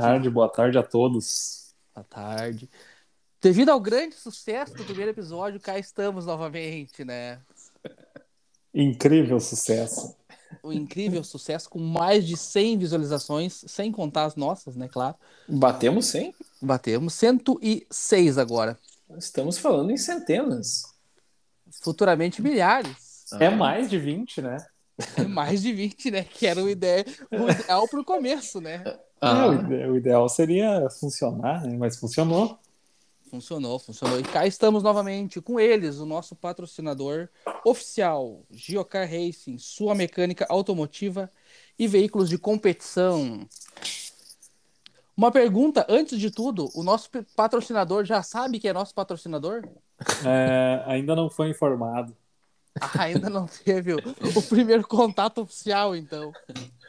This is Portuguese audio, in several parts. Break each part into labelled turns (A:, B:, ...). A: tarde, boa tarde a todos.
B: Boa tarde. Devido ao grande sucesso do primeiro episódio, cá estamos novamente, né?
A: Incrível sucesso.
B: O incrível sucesso com mais de 100 visualizações, sem contar as nossas, né, claro.
A: Batemos 100?
B: Batemos 106 agora.
A: Estamos falando em centenas.
B: Futuramente milhares.
A: É mais de 20, né?
B: É mais de 20, né? Que era o, ideia, o ideal pro começo, né?
A: É, o, ide- o ideal seria funcionar, né? mas funcionou.
B: Funcionou, funcionou. E cá estamos novamente com eles, o nosso patrocinador oficial, Geocar Racing, sua mecânica automotiva e veículos de competição. Uma pergunta, antes de tudo, o nosso p- patrocinador já sabe que é nosso patrocinador?
A: É, ainda não foi informado.
B: Ah, ainda não teve o, o primeiro contato oficial, então.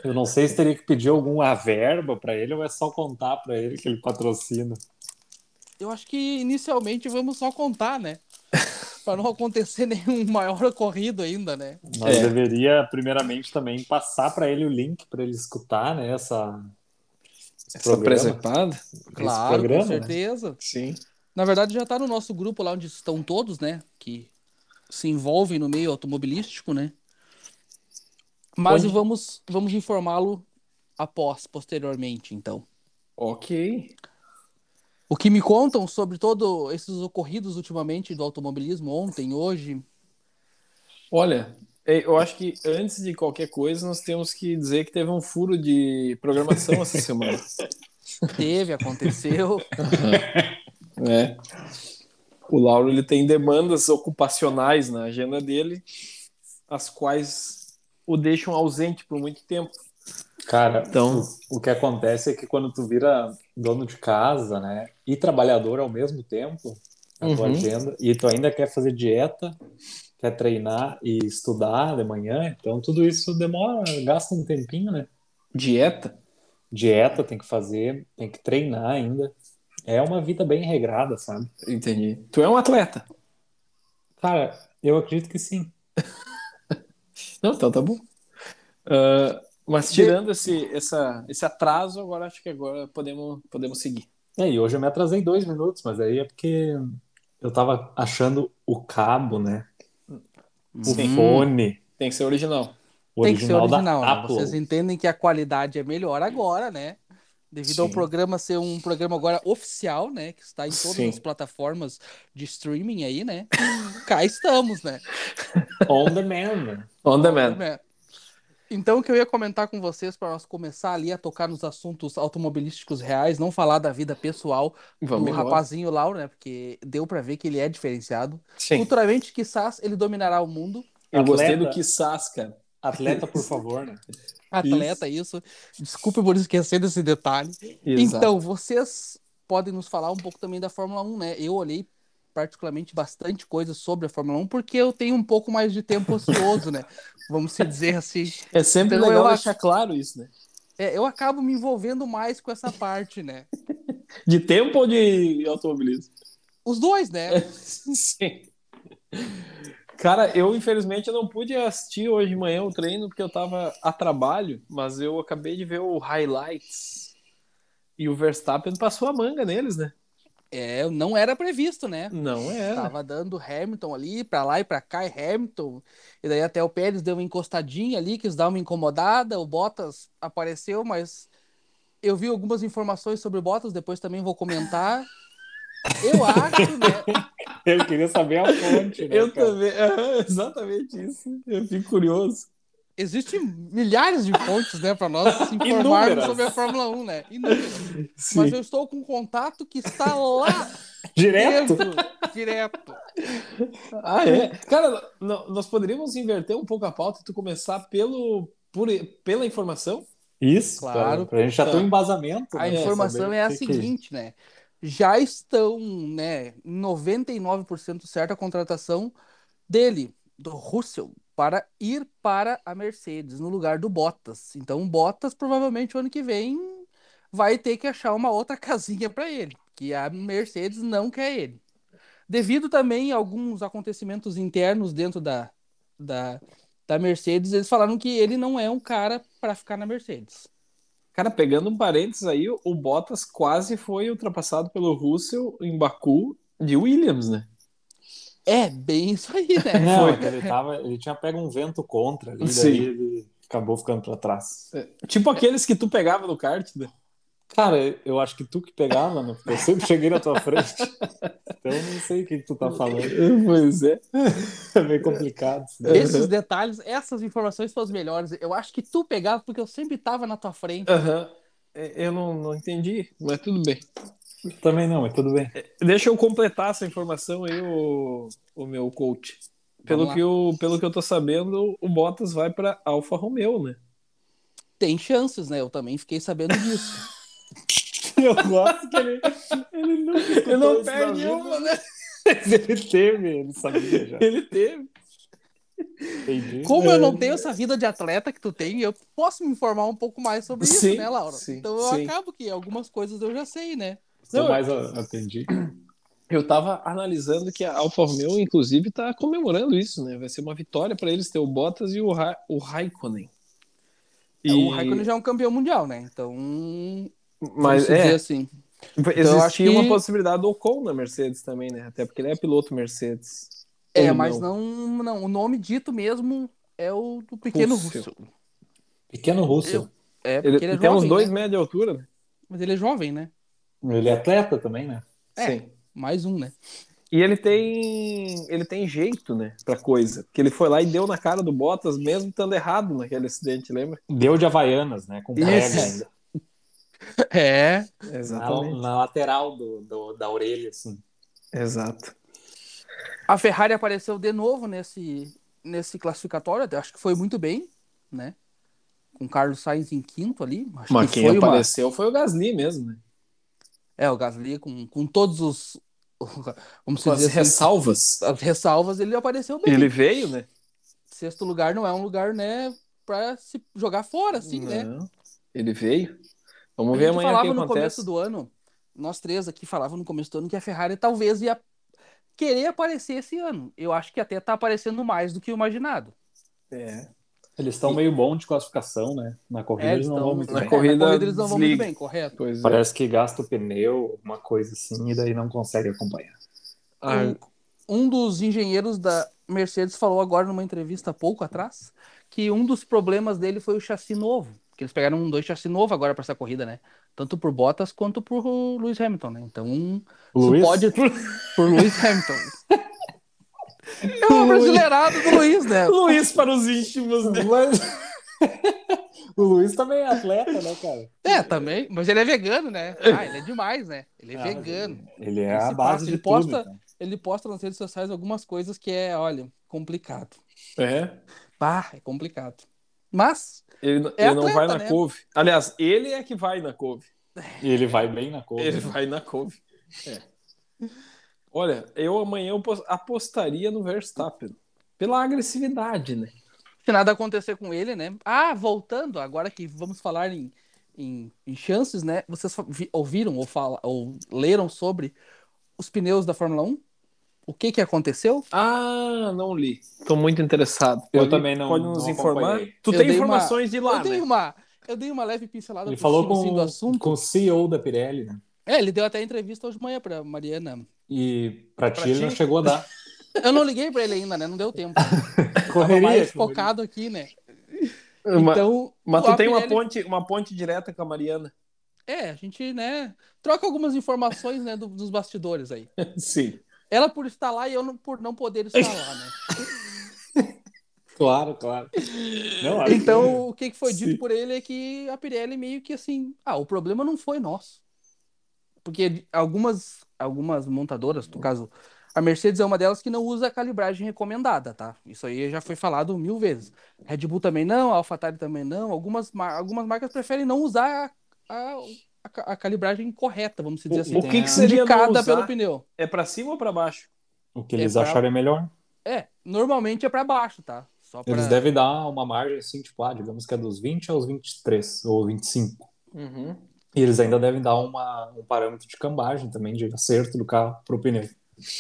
A: Eu não sei se teria que pedir alguma verba para ele ou é só contar para ele que ele patrocina.
B: Eu acho que inicialmente vamos só contar, né? Para não acontecer nenhum maior ocorrido ainda, né?
A: Mas
C: É.
A: deveria, primeiramente, também passar para ele o link para ele escutar, né? Essa,
C: Essa
A: programa.
C: presepada?
B: Claro,
A: programa,
B: com
A: né?
B: certeza.
C: Sim.
B: Na verdade, já tá no nosso grupo lá onde estão todos, né? Que se envolvem no meio automobilístico, né? Mas
A: Onde-
B: vamos, vamos informá-lo após, posteriormente, então.
C: Ok.
B: O que me contam sobre todos esses ocorridos ultimamente do automobilismo, ontem, hoje,
C: Olha, eh, eu acho que antes de qualquer coisa, nós temos que dizer que teve um furo de programação essa semana.
B: teve, aconteceu.
C: né? O Lauro ele tem demandas ocupacionais na agenda dele, as quais o deixam ausente por muito tempo.
A: Cara,
C: Então-
A: o, o que acontece é que quando tu vira dono de casa, né, e trabalhador ao mesmo tempo, na tua
C: Uhum.
A: agenda, e tu ainda quer fazer dieta, quer treinar e estudar de manhã, então tudo isso demora, gasta um tempinho, né?
C: Dieta?
A: Dieta tem que fazer, tem que treinar ainda. É uma vida bem regrada, sabe?
C: Entendi. Tu é um atleta?
A: Cara, eu acredito que sim.
C: Não, então tá bom. Ah, mas tirando esse, essa, esse atraso, agora acho que agora podemos, podemos seguir.
A: É, e hoje eu me atrasei dois minutos, mas aí é porque eu tava achando o cabo, né?
C: Uhum.
A: O
B: Sim.
A: fone.
C: Tem que ser original.
A: O
B: Tem que ser
A: original da
B: original, né?
A: Apple.
B: Vocês entendem que a qualidade é melhor agora, né? Devido ao
C: Sim.
B: programa ser um programa agora oficial, né? Que está em todas
C: Sim.
B: as plataformas de streaming aí, né? Cá estamos, né?
A: On né? demand.
C: On demand.
B: É. Então, o que eu ia comentar com vocês para nós começar ali a tocar nos assuntos automobilísticos reais, não falar da vida pessoal
C: Vamos
B: do
C: embora.
B: rapazinho Laura, né? Porque deu para ver que ele é diferenciado.
C: Sim.
B: Futuramente, quizás, ele dominará o mundo.
C: Eu gostei do
A: Atleta.
C: que cara.
A: Atleta, por favor, né?
B: Atleta, isso. Desculpe por esquecer desse detalhe.
C: Exato.
B: Então, vocês podem nos falar um pouco também da Fórmula 1, né? Eu olhei particularmente bastante coisa sobre a Fórmula 1 porque eu tenho um pouco mais de tempo ocioso, né? Vamos se dizer assim.
C: é sempre
B: então
C: legal
B: eu
C: deixar claro isso, né?
B: É, eu acabo me envolvendo mais com essa parte, né?
C: De tempo ou de automobilismo?
B: Os dois, né?
C: Sim. Cara, eu infelizmente não pude assistir hoje de manhã o treino porque eu tava a trabalho, mas eu acabei de ver o highlights. E o Verstappen passou a manga neles, né?
B: É, não era previsto, né?
C: Não é.
B: Tava dando Hamilton ali, pra lá e pra cá, e Hamilton. E daí até o Pérez deu uma encostadinha ali, quis dar uma incomodada. O Bottas apareceu, mas eu vi algumas informações sobre o Bottas, depois também vou comentar. Eu acho, né?
A: Eu queria saber a fonte, né?
C: Eu
A: cara?
C: também, Aham, exatamente isso. Eu fico curioso.
B: Existem milhares de fontes, né, pra nós se informarmos
A: Inúmeras.
B: sobre a Fórmula 1, né? Inúmeras. Mas
C: Sim.
B: eu estou com um contato que está lá
C: é
A: Direto?
B: dentro, direto.
C: Ah, é. Cara, no- nós poderíamos inverter um pouco a pauta e tu começar pelo, por, pela informação?
A: Isso,
B: Claro.
A: claro. Pra, pra gente já ter
C: Tá.
A: um embasamento.
B: A
A: né?
B: informação
A: Saber
B: é a
A: o que que-
B: seguinte, né? Já estão, né, 99% certa a contratação dele, do Russell, para ir para a Mercedes, no lugar do Bottas. Então, o Bottas provavelmente o ano que vem vai ter que achar uma outra casinha para ele, que a Mercedes não quer ele. Devido também a alguns acontecimentos internos dentro da, da, da Mercedes, eles falaram que ele não é um cara para ficar na Mercedes.
C: Cara, pegando um parênteses aí, o Bottas quase foi ultrapassado pelo Russell em Baku de Williams, né?
B: É bem isso aí, né?
A: Não, é que ele, tava, ele tinha pego um vento contra ali,
C: Sim.
A: daí ele acabou ficando pra trás.
C: Tipo aqueles que tu pegava no kart, né?
A: Cara, eu acho que tu que pegava, né? Porque eu sempre cheguei na tua frente. Então eu não sei o que que tu tá falando.
C: Pois é.
A: É meio complicado. isso daí.
B: Esses detalhes, essas informações são as melhores. Eu acho que tu pegava porque eu sempre tava na tua frente.
C: Aham. É, Eu não, não entendi, mas tudo bem.
A: Também não, mas tudo bem.
C: Deixa eu completar essa informação aí, o, o meu coach. Pelo
B: lá.
C: que, eu, pelo que eu tô sabendo, o Bottas vai pra Alfa Romeo, né?
B: Tem chances, né? Eu também fiquei sabendo disso.
A: Eu gosto que ele, ele nunca escutou isso na vida,
C: né?
A: mas Ele teve, ele sabia já.
C: Ele teve.
A: Entendi.
B: Como eu não tenho essa vida de atleta que tu tem, eu posso me informar um pouco mais sobre isso,
C: Sim,
B: né, Laura?
C: sim,
B: então eu
C: sim.
B: acabo que algumas coisas eu já sei, né?
A: Sou
C: Não,
A: mais a- atendi.
C: Eu tava analisando que a Alfa Romeo, inclusive, tá comemorando isso, né? Vai ser uma vitória pra eles ter o Bottas e o, Ra o Raikkonen. E...
B: O Raikkonen já é um campeão mundial, né? Então, vamos
C: Mas
B: dizer
C: é,
B: assim.
C: existia
B: eu acho que-
C: uma possibilidade do Ocon na Mercedes também, né? Até porque ele é piloto Mercedes.
B: É,
C: Ou
B: mas não. não, o nome dito mesmo é o do pequeno
C: Russell.
B: Russo.
A: Pequeno Russell.
B: É,
C: Ele,
B: porque ele é
C: tem
B: jovem,
C: uns dois
B: né?
C: metros de altura, né?
B: Mas ele é jovem, né?
A: Ele é atleta também, né?
B: É.
C: Sim.
B: Mais um, né?
C: E ele tem ele tem jeito, né, pra coisa. Porque ele foi lá e deu na cara do Bottas, mesmo estando errado naquele acidente, lembra?
A: Deu de Havaianas, né? Com prega
C: Isso.
A: ainda.
B: É.
A: Na, na lateral do, do- da orelha, assim.
C: Exato.
B: A Ferrari apareceu de novo nesse, nesse classificatório, até acho que foi muito bem, né? Com Carlos Sainz em quinto ali. Acho
C: Mas
B: que
C: quem
B: foi uma-
C: apareceu foi o Gasly mesmo, né?
B: É, o Gasly com, com todos os. Vamos
C: Com as
B: dizer assim,
C: ressalvas.
B: as ressalvas, ele apareceu bem.
C: Ele veio, né?
B: Sexto lugar não é um lugar, né, pra se jogar fora, assim, né?
C: Não, Ele veio. Vamos
B: a
C: ver
B: gente
C: amanhã o
B: falava
C: que
B: no
C: acontece.
B: começo do ano, nós três aqui falavam no começo do ano que a Ferrari talvez ia querer aparecer esse ano. Eu acho que até tá aparecendo mais do que o imaginado.
C: É.
A: Eles estão meio bom de classificação, né? Na corrida
B: É,
A: eles não
B: então,
A: vão muito
B: na
A: bem.
C: corrida
B: eles não vão muito
C: desliga.
B: bem, correto?
C: Pois é.
A: Parece que gasta o pneu, uma coisa assim, e daí não consegue acompanhar.
C: Ah,
B: Um dos engenheiros da Mercedes falou agora numa entrevista há pouco atrás que um dos problemas dele foi o chassi novo. Que eles pegaram um dois chassi novo agora para essa corrida, né? Tanto por Bottas quanto por Lewis Hamilton, né? Então,
A: Luiz,
B: isso pode por, por Lewis Hamilton. É uma brasileirada do Luiz, né?
C: um Luiz para os íntimos, né?
A: Mas- o Luiz também é atleta, né, cara?
B: É, também. Mas ele é vegano, né? Ah, ele é demais, né? Ele é
A: Ah, mas
B: vegano.
A: Ele é
B: Ele
A: a base
B: se passa,
A: de
B: ele
A: tudo.
B: posta-
A: então.
B: Ele posta nas redes sociais algumas coisas que é, olha, complicado.
C: É.
B: Bah, é complicado. Mas
C: Ele,
B: É
C: ele não
B: atleta,
C: vai na
B: né?
C: couve. Aliás, ele é que vai na couve.
A: E ele vai bem na cor.
C: Ele vai na couve. É. Olha, eu amanhã eu pos- apostaria no Verstappen. Pela agressividade, né?
B: se nada acontecer com ele, né? Ah, voltando, agora que vamos falar em, em, em chances, né? Vocês fa- vi- ouviram ou, fala, ou leram sobre os pneus da Fórmula 1? O que que aconteceu?
C: Ah, não li. Tô muito interessado.
A: Eu
C: Pode-
A: também não-
C: Pode nos
A: não
C: informar.
A: acompanhei.
C: Tu
B: Eu
C: tem
B: dei
C: informações de lá,
B: eu, dei
C: né?
B: uma, eu dei uma leve pincelada
A: Ele
B: por
A: falou
B: cima, assim,
A: com,
B: do assunto.
A: com o CEO da Pirelli, né?
B: É, ele deu até entrevista hoje de manhã pra Mariana.
A: E pra ti
C: Pra
A: ele
C: ti?
A: não chegou a dar.
B: Eu não liguei pra ele ainda, né? Não deu tempo. Tô
A: Correria.
B: mais
A: correria.
B: focado aqui, né?
C: Mas-
B: Então,
C: mas
B: a
C: tu tem uma
B: Pirelli-
C: ponte, uma ponte direta com a Mariana.
B: É, a gente, né, troca algumas informações, né, do- dos bastidores aí.
C: Sim.
B: Ela por estar lá e eu não- por não poder estar lá, né?
A: Claro, claro. Não, acho
B: Então, o que que foi dito
A: Sim.
B: por ele é que a Pirelli meio que assim, ah, o problema não foi nosso. Porque algumas algumas montadoras, no caso, a Mercedes é uma delas que não usa a calibragem recomendada, tá? Isso aí já foi falado mil vezes. Red Bull também não, a AlphaTauri também não. Algumas, mar- algumas marcas preferem não usar a, a, a ca- a calibragem correta, vamos dizer
C: O-
B: assim.
C: o que que
B: né?
C: seria não
B: Indicada
C: usar?
B: pelo pneu.
C: É pra cima ou pra baixo?
A: que o que eles
B: é pra-
A: acharem melhor.
B: É, normalmente é para baixo, tá? Só pra...
A: Eles devem dar uma margem assim, tipo, ah, digamos que é dos 20 aos 23 ou 25.
C: Uhum.
A: E eles ainda devem dar uma, um parâmetro de cambagem também, de acerto do carro pro pneu.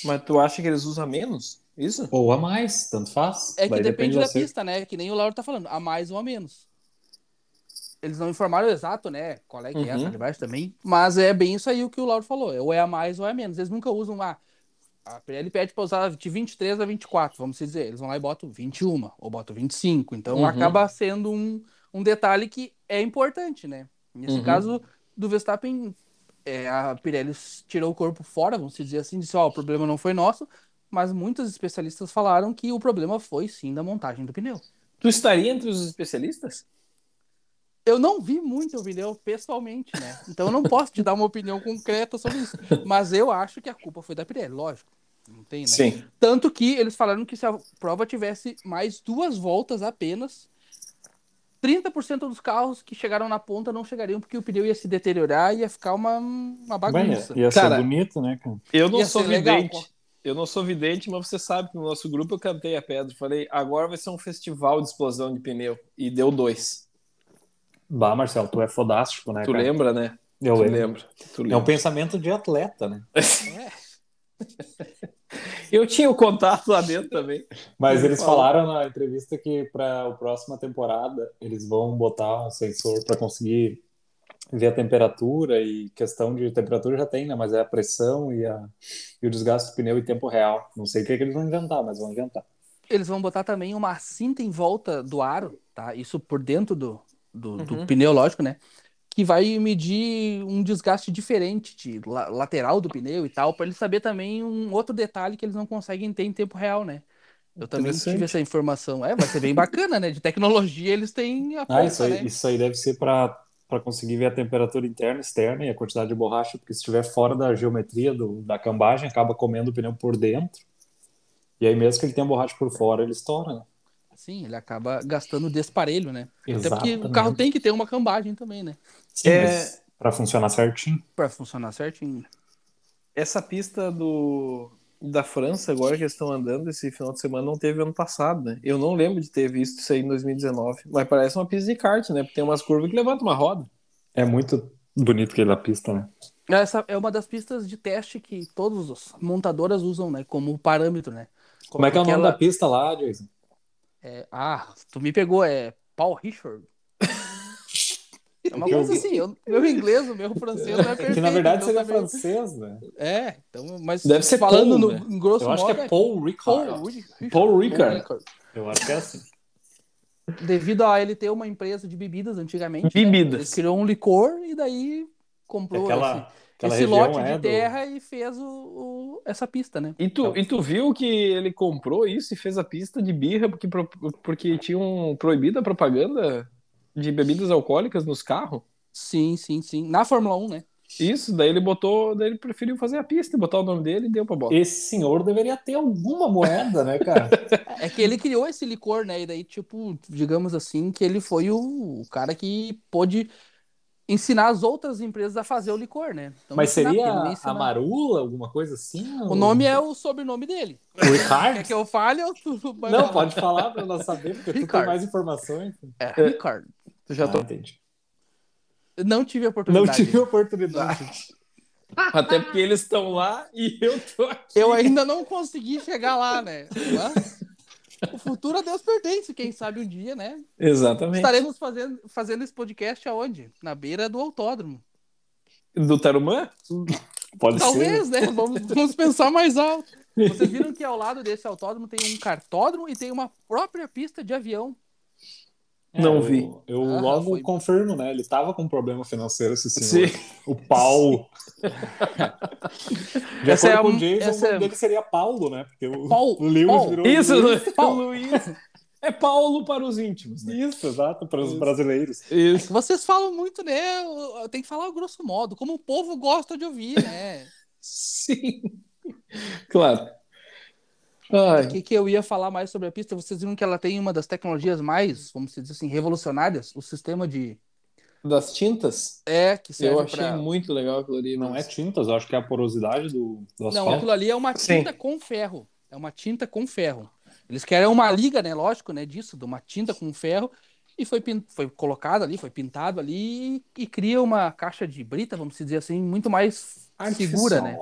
C: Mas tu acha que eles usam menos? Isso?
A: Ou a mais, tanto faz.
B: É que
A: Daí
B: depende da
A: do acerto.
B: pista, né? Que nem o Lauro tá falando, a mais ou a menos. eles não informaram o exato, né? Qual é que é essa liberdade também. Mas é bem isso aí o que o Lauro falou. é Ou é a mais ou é a menos. Eles nunca usam uma. A PL pede pra é, tipo, usar de 23 a 24, vamos dizer. Eles vão lá e botam 21, ou botam 25. Então
C: Uhum.
B: acaba sendo um, um detalhe que é importante, né? Nesse
C: Uhum.
B: caso do Verstappen, é, a Pirelli tirou o corpo fora, vamos dizer assim, disse, ó, o problema não foi nosso, mas muitos especialistas falaram que o problema foi sim da montagem do pneu.
C: Tu estaria entre os especialistas?
B: Eu não vi muito o pneu pessoalmente, né? Então eu não posso te dar uma opinião concreta sobre isso. Mas eu acho que a culpa foi da Pirelli, lógico. Não tem, né?
C: Sim.
B: Tanto que eles falaram que se a prova tivesse mais duas voltas apenas, 30% dos carros que chegaram na ponta não chegariam porque o pneu ia se deteriorar e ia ficar uma, uma bagunça.
A: Bem, ia ser
C: Cara,
A: bonito, né, cara?
C: Eu não
B: Ia
C: sou
B: ser legal,
C: vidente.
B: pô.
C: eu não sou vidente, mas você sabe que no nosso grupo eu cantei a pedra. Falei, agora vai ser um festival de explosão de pneu. E deu dois.
A: Bah, Marcelo, tu é fodástico, né,
C: tu
A: cara?
C: lembra, né?
A: Eu
C: tu
A: lembro.
C: lembra.
A: É
C: Tu
A: um
C: lembra.
A: pensamento de atleta, né?
B: É.
C: Eu tinha o contato lá dentro também.
A: Mas
C: Ele
A: eles
C: falou.
A: falaram na entrevista que para a próxima temporada eles vão botar um sensor para conseguir ver a temperatura e questão de temperatura já tem, né? Mas é a pressão e, a- e o desgaste do pneu em tempo real. Não sei o que, é que eles vão inventar, mas vão inventar.
B: Eles vão botar também uma cinta em volta do aro, tá? Isso por dentro do, do, do
C: Uhum.
B: pneu, lógico, né? Que vai medir um desgaste diferente de la- lateral do pneu e tal, para eles saber também um outro detalhe que eles não conseguem ter em tempo real, né? Eu também
C: Interessante.
B: tive essa informação. É, vai ser bem bacana, né? De tecnologia eles têm a
A: Ah,
B: ponta,
A: isso aí,
B: né?
A: isso aí deve ser para para conseguir ver a temperatura interna, externa e a quantidade de borracha, porque se estiver fora da geometria do, da cambagem, acaba comendo o pneu por dentro. E aí mesmo que ele tenha borracha por fora, ele estoura, né?
B: Sim, ele acaba gastando desparelho, né? Até porque o
A: Exatamente.
B: carro tem que ter uma cambagem também, né?
A: Sim,
C: É-
A: mas pra funcionar certinho.
B: Para funcionar certinho.
C: Essa pista do da França agora que eles estão andando esse final de semana não teve ano passado, né? Eu não lembro de ter visto isso aí em 2019, mas parece uma pista de kart, né? Porque tem umas curvas que levantam uma roda.
A: É muito bonito aquele da pista, né?
B: Essa é uma das pistas de teste que todas as montadoras usam, né? Como parâmetro, né?
A: Como é que é o nome
B: Aquela-
A: da pista lá, Jason?
B: É, ah, tu me pegou, é Paul Richard. É uma coisa assim, eu, meu inglês, o meu francês não é perfeito.
A: Que na verdade tá
B: então
A: seria
B: também-
A: francês, né?
B: É, então, mas
C: Deve ser
B: falando
C: Paul,
B: no
C: né?
B: em grosso
A: Eu acho que
B: modo
A: é Paul Ricard.
B: Paul Richard.
C: Paul
B: Paul
C: Ricard.
B: Ricard.
A: Eu acho que é assim.
B: Devido a ele ter uma empresa de bebidas antigamente, né? ele
C: Bebidas.
B: criou um licor e daí comprou
A: Aquela,
B: esse,
A: aquela
B: assim. esse
A: região
B: lote
A: é
B: de
A: do-
B: terra e fez o- o- essa pista, né?
C: E tu, e tu viu que ele comprou isso e fez a pista de birra porque, pro- porque tinham proibido a propaganda de bebidas alcoólicas nos carros?
B: Sim, sim, sim. Na Fórmula 1, né?
C: Isso, daí ele botou, daí ele preferiu fazer a pista, botar o nome dele e deu pra bola.
A: Esse senhor deveria ter alguma moeda, né, cara?
B: É que ele criou esse licor, né? E daí, tipo, digamos assim, que ele foi o, o cara que pôde ensinar as outras empresas a fazer o licor, né? Então,
A: Mas
B: ensinar,
A: seria
B: porque ele não ia
A: a
B: ensinar.
A: Marula, alguma coisa assim?
B: O nome é o sobrenome dele.
A: o
B: Quer
A: Ricard?
B: que eu fale ou tu vai
A: Não,
B: falar?
A: pode falar pra nós saber, porque tu tem
B: Ricard.
A: mais informações.
B: É, Ricard.
C: Tu já
A: Ah,
C: tô...
A: entendi. Ah,
B: Não tive a
A: Não
B: oportunidade.
A: tive oportunidade.
C: Até porque eles estão lá e eu tô aqui.
B: Eu ainda não consegui chegar lá, né? Mas o futuro a Deus pertence. Quem sabe um dia, né?
C: Exatamente.
B: Estaremos fazendo, fazendo esse podcast aonde? Na beira do autódromo.
C: Do Tarumã?
A: Pode ser.
B: Talvez, né? Vamos, vamos pensar mais alto. Vocês viram que ao lado desse autódromo tem um cartódromo e tem uma própria pista de avião.
C: Não
A: eu-
C: vi.
A: É, Eu,
B: Ah,
A: logo
B: foi.
A: confirmo, né? Ele tava com problema financeiro, esse senhor. O pau. De acordo
B: Essa é a-
A: com o Jason,
B: essa
A: o
B: é-
A: nome dele seria Paulo, né? Porque o,
B: Paul,
A: o Lewis
B: Paul.
A: virou
C: Isso,
A: Lewis.
B: Paulo.
C: Luiz. É Paulo para os íntimos. né?
A: Isso, exato, para os
C: Isso.
A: brasileiros.
C: Isso.
B: Vocês falam muito, né? Eu- eu tenho que falar grosso modo, como o povo gosta de ouvir, né?
C: Sim. Claro. Ai,
B: O que, que eu ia falar mais sobre a pista? Vocês viram que ela tem uma das tecnologias mais, vamos dizer assim, revolucionárias, o sistema de.
C: das tintas,
B: É, que serve
C: eu achei
B: pra-
C: muito legal aquilo ali.
A: Não é tintas, eu acho que é a porosidade do, do
B: Não,
A: asfalto.
B: aquilo ali é uma tinta com ferro. É uma tinta com ferro. Eles querem uma liga, né? Lógico, né? Disso, de uma tinta com ferro. E foi, pin- foi colocado ali, foi pintado ali e cria uma caixa de brita, vamos dizer assim, muito mais segura, né?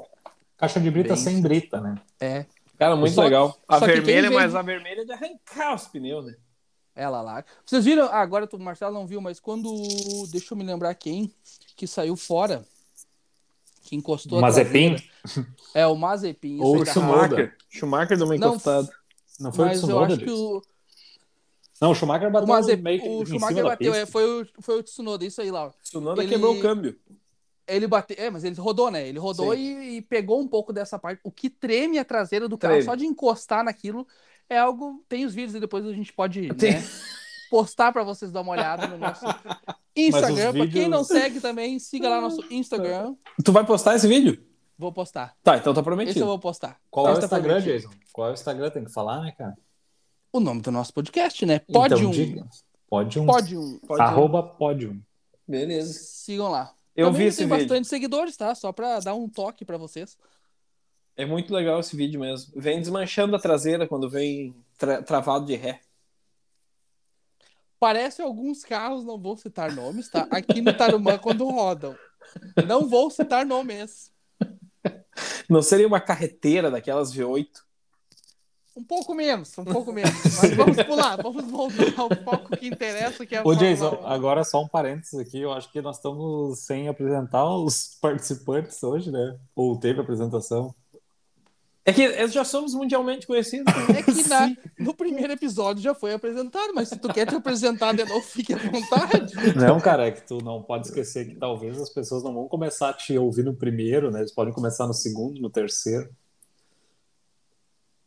A: Caixa de brita
B: Bem-
A: sem brita, né?
B: É.
C: Cara, muito
B: Só-
C: legal. A
B: só que quem
C: vermelha,
B: vende-
C: mas a vermelha é de arrancar os pneus, né?
B: Ela lá. Vocês viram? Ah, agora tu- o Marcelo não viu, mas quando. Deixa eu me lembrar quem que saiu fora. Que encostou. a
A: Mazepin?
B: traseira. É, o Mazepin. isso
A: Ou
B: aí,
A: o
B: tá
A: Tsunoda.
C: Schumacher. Schumacher deu uma
B: Não,
C: encostada.
A: Não foi
B: Mas
A: o
B: eu
A: Tsunoda
B: acho que
A: disso?
B: o,
A: Não, o Schumacher
B: o,
A: bateu
B: Mazep-
A: Tá meio que
B: o
A: em
B: Schumacher
A: cima da
B: bateu, é,
A: pista.
B: foi o, foi o Tsunoda, isso aí, Laura.
C: Tsunoda
B: Ele-
C: quebrou o câmbio.
B: Ele bateu, é, mas ele rodou, né? Ele rodou
C: Sim.
B: e, e pegou um pouco dessa parte. O que treme a traseira do carro,
C: Treme.
B: só de encostar naquilo, é algo. Tem os vídeos e depois a gente pode
C: Tem.
B: né, postar pra vocês dar uma olhada no nosso Instagram. Pra quem
A: vídeos-
B: não segue também, siga lá
C: É.
B: nosso Instagram.
C: Tu vai postar esse vídeo?
B: Vou postar.
C: Tá, então tá
B: Esse
C: prometido.
B: eu vou postar.
A: Qual é o
B: Esse eu vou
A: Instagram,
B: mentir.
A: Jason? Qual é o Instagram? Tem que falar, né, cara?
B: O nome do nosso podcast, né? Podium.
A: Então, diga. Podium.
B: Podium.
C: Pode-
A: Arroba um. Podium.
C: Beleza.
B: um. Sigam lá.
C: um. Eu
B: Também
C: vi esse
B: tem
C: vídeo.
B: bastante seguidores, tá? Só pra dar um toque pra vocês.
C: É muito legal esse vídeo mesmo. Vem desmanchando a traseira quando vem tra- travado de ré.
B: Parece alguns carros, não vou citar nomes, tá? Aqui no Tarumã quando rodam. Não vou citar nomes.
C: Não seria uma carreteira daquelas V8?
B: Um pouco menos, um pouco menos. Mas vamos pular, vamos voltar ao foco que interessa, que é a
A: Ô,
B: Fórmula
A: Jason,
B: 1.
A: agora só um parênteses aqui. Eu acho que nós estamos sem apresentar os participantes hoje, né? Ou teve apresentação.
C: É que é, já somos mundialmente conhecidos. né?
B: É que na- no primeiro episódio já foi apresentado, mas se tu quer te apresentar de novo, fique à vontade.
A: Não, cara, é que tu não pode esquecer que talvez as pessoas não vão começar a te ouvir no primeiro, né? Eles podem começar no segundo, no terceiro.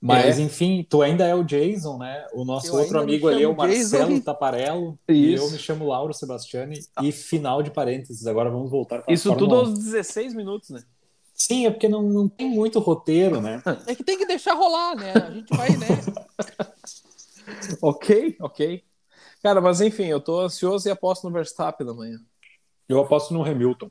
A: Mas,
C: É.
A: enfim, tu ainda é o Jason, né? O nosso
B: Eu
A: outro
B: ainda me
A: amigo ali é o
B: chamo Jason. Ah.
A: Marcelo Taparello. E
C: Isso.
A: eu me chamo Lauro Sebastiani. E final de parênteses, agora vamos voltar para a
C: Isso
A: Fórmula
C: tudo
A: 1.
C: aos 16 minutos, né?
A: Sim, é porque não, não tem muito roteiro, né?
B: É que tem que deixar rolar, né? A gente vai, né?
C: Ok, ok. Cara, mas enfim, eu tô ansioso e aposto no Verstappen amanhã.
A: Eu aposto no Hamilton.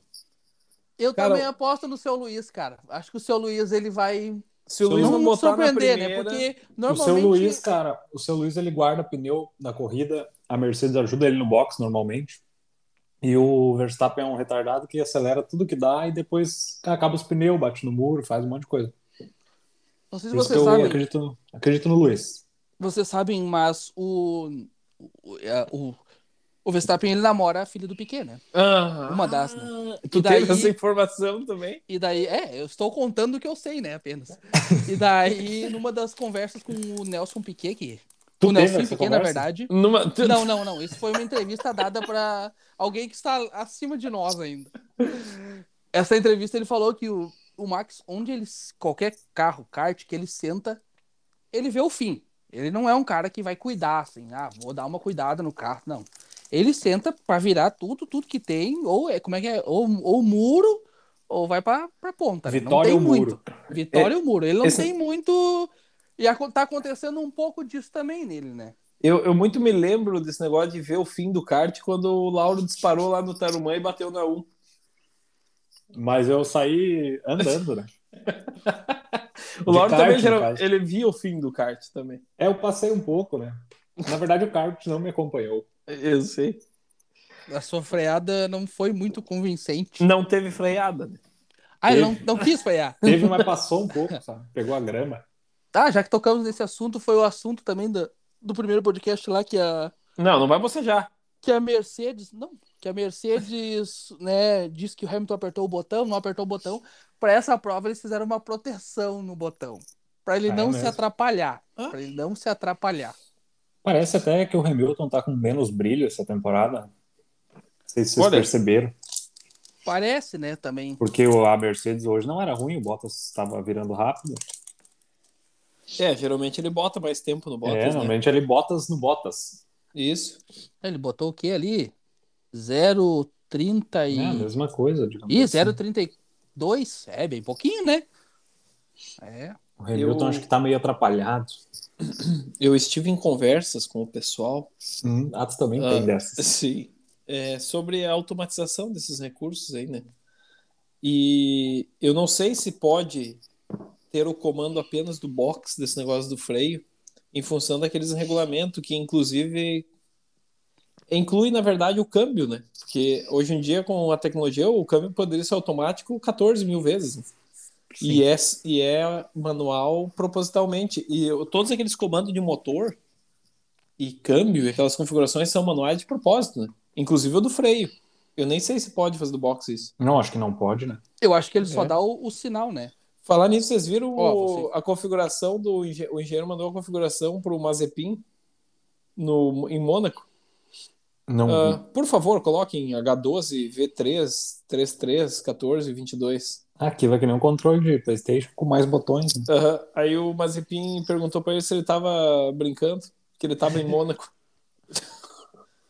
B: Eu
C: Cara,
B: também aposto no seu Luiz, cara. Acho que o seu Luiz ele vai
C: Se o
A: Se eu
C: Luiz não,
B: não nos
C: botar na
B: surpreender,
C: primeira...
B: né? Porque
A: O
B: normalmente
A: seu Luiz, cara, o seu Luiz ele guarda pneu na corrida, a Mercedes ajuda ele no box normalmente. E o Verstappen é um retardado que acelera tudo que dá e depois acaba os pneus, bate no muro, faz um monte de coisa.
B: não sei se
A: Por isso que
B: vocês
A: eu
B: sabem,
A: acredito, no- acredito no Luiz.
B: vocês sabem, mas o o, é, o o Verstappen ele namora a filha do Piquet, né?
C: Aham.
B: Uma das, né?
C: Ah, Tu
B: E daí-
C: teve essa informação também?
B: E daí, é, eu estou contando o que eu sei, né, apenas. E daí, numa das conversas com o Nelson Piquet, que
A: Tu
B: o
A: teve
B: Nelson
A: essa
B: Piquet, na
A: conversa?
B: verdade,
C: Numa... tu-
B: Não, não, não. Isso foi uma entrevista dada para alguém que está acima de nós ainda. Essa entrevista ele falou que o, o Max, onde ele. qualquer carro, kart que ele senta, ele vê o fim. Ele não é um cara que vai cuidar, assim, ah, vou dar uma cuidada no carro, não. Ele senta para virar tudo, tudo que tem, ou é como é que é, ou, ou muro, ou vai para pra ponta. né? não
A: Vitória
B: tem
A: ou muro? É,
B: muito. Vitória ou muro. Ele não
C: esse-
B: tem muito. E aco- tá acontecendo um pouco disso também nele, né?
C: Eu, eu muito me lembro desse negócio de ver o fim do kart quando o Lauro disparou lá no Tarumã e bateu na 1.
A: Mas eu saí andando, né?
C: O Lauro
A: kart,
C: também
A: no
C: geral,
A: caso.
C: ele via o fim do kart também.
A: É, eu passei um pouco, né? Na verdade, o kart não me acompanhou.
C: Eu sei.
B: A sua freada não foi muito convincente.
C: Não teve freada, né?
B: Ah, ele não, não quis frear.
A: Teve, mas passou um pouco, sabe? Pegou a grama.
B: Tá, já que tocamos nesse assunto, foi o assunto também do, do primeiro podcast lá que a,
C: Não, não vai bocejar.
B: que a Mercedes. Não, que a Mercedes, né, disse que o Hamilton apertou o botão, não apertou o botão. Para essa prova, eles fizeram uma proteção no botão. Para ele
A: Ah, é
B: não se
A: mesmo?
B: atrapalhar.
C: Hã?
B: Para ele não se atrapalhar.
A: Parece até que o Hamilton tá com menos brilho essa temporada. Não sei se vocês
C: Olha.
A: perceberam.
B: Parece, né, também.
A: Porque o- a Mercedes hoje não era ruim, o Bottas estava virando rápido.
C: É, geralmente ele bota mais tempo no
A: é,
C: Bottas, né?
A: normalmente ele Bottas no Bottas.
C: Isso.
B: Ele botou o quê ali? 0,30
A: É a
B: e.
A: mesma coisa, digamos
B: Ih,
A: assim.
B: 0,32? É, bem pouquinho, né? É.
A: O Hamilton
C: Eu-
A: acho que tá meio atrapalhado.
C: Eu estive em conversas com o pessoal
A: Hum, Atos também tem
C: Ah.
A: dessas.
C: Sim. É, sobre a automatização desses recursos aí, né? E eu não sei se pode ter o comando apenas do box desse negócio do freio, em função daqueles regulamentos que, inclusive, inclui, na verdade, o câmbio, né? Porque hoje em dia, com a tecnologia, o câmbio poderia ser automático 14 mil vezes. né? E é, e é manual propositalmente. E eu- todos aqueles comandos de motor e câmbio e aquelas configurações são manuais de propósito, né? Inclusive o do freio. Eu nem sei se pode fazer do box isso.
A: Não, acho que não pode, né?
B: Eu acho que ele só
C: É.
B: dá o, o sinal, né?
C: Falar nisso, vocês viram
B: Ó,
C: o- a configuração do. engen- O engenheiro mandou a configuração pro Mazepin no, em Mônaco.
A: Não.
C: Ah,
A: vi.
C: por favor, coloquem H12, V3, 33, 14, 22.
A: Aquilo é que nem um controle de PlayStation com mais botões. né?
C: Aham. Aí o Mazepin perguntou pra ele se ele tava brincando, que ele tava em Mônaco.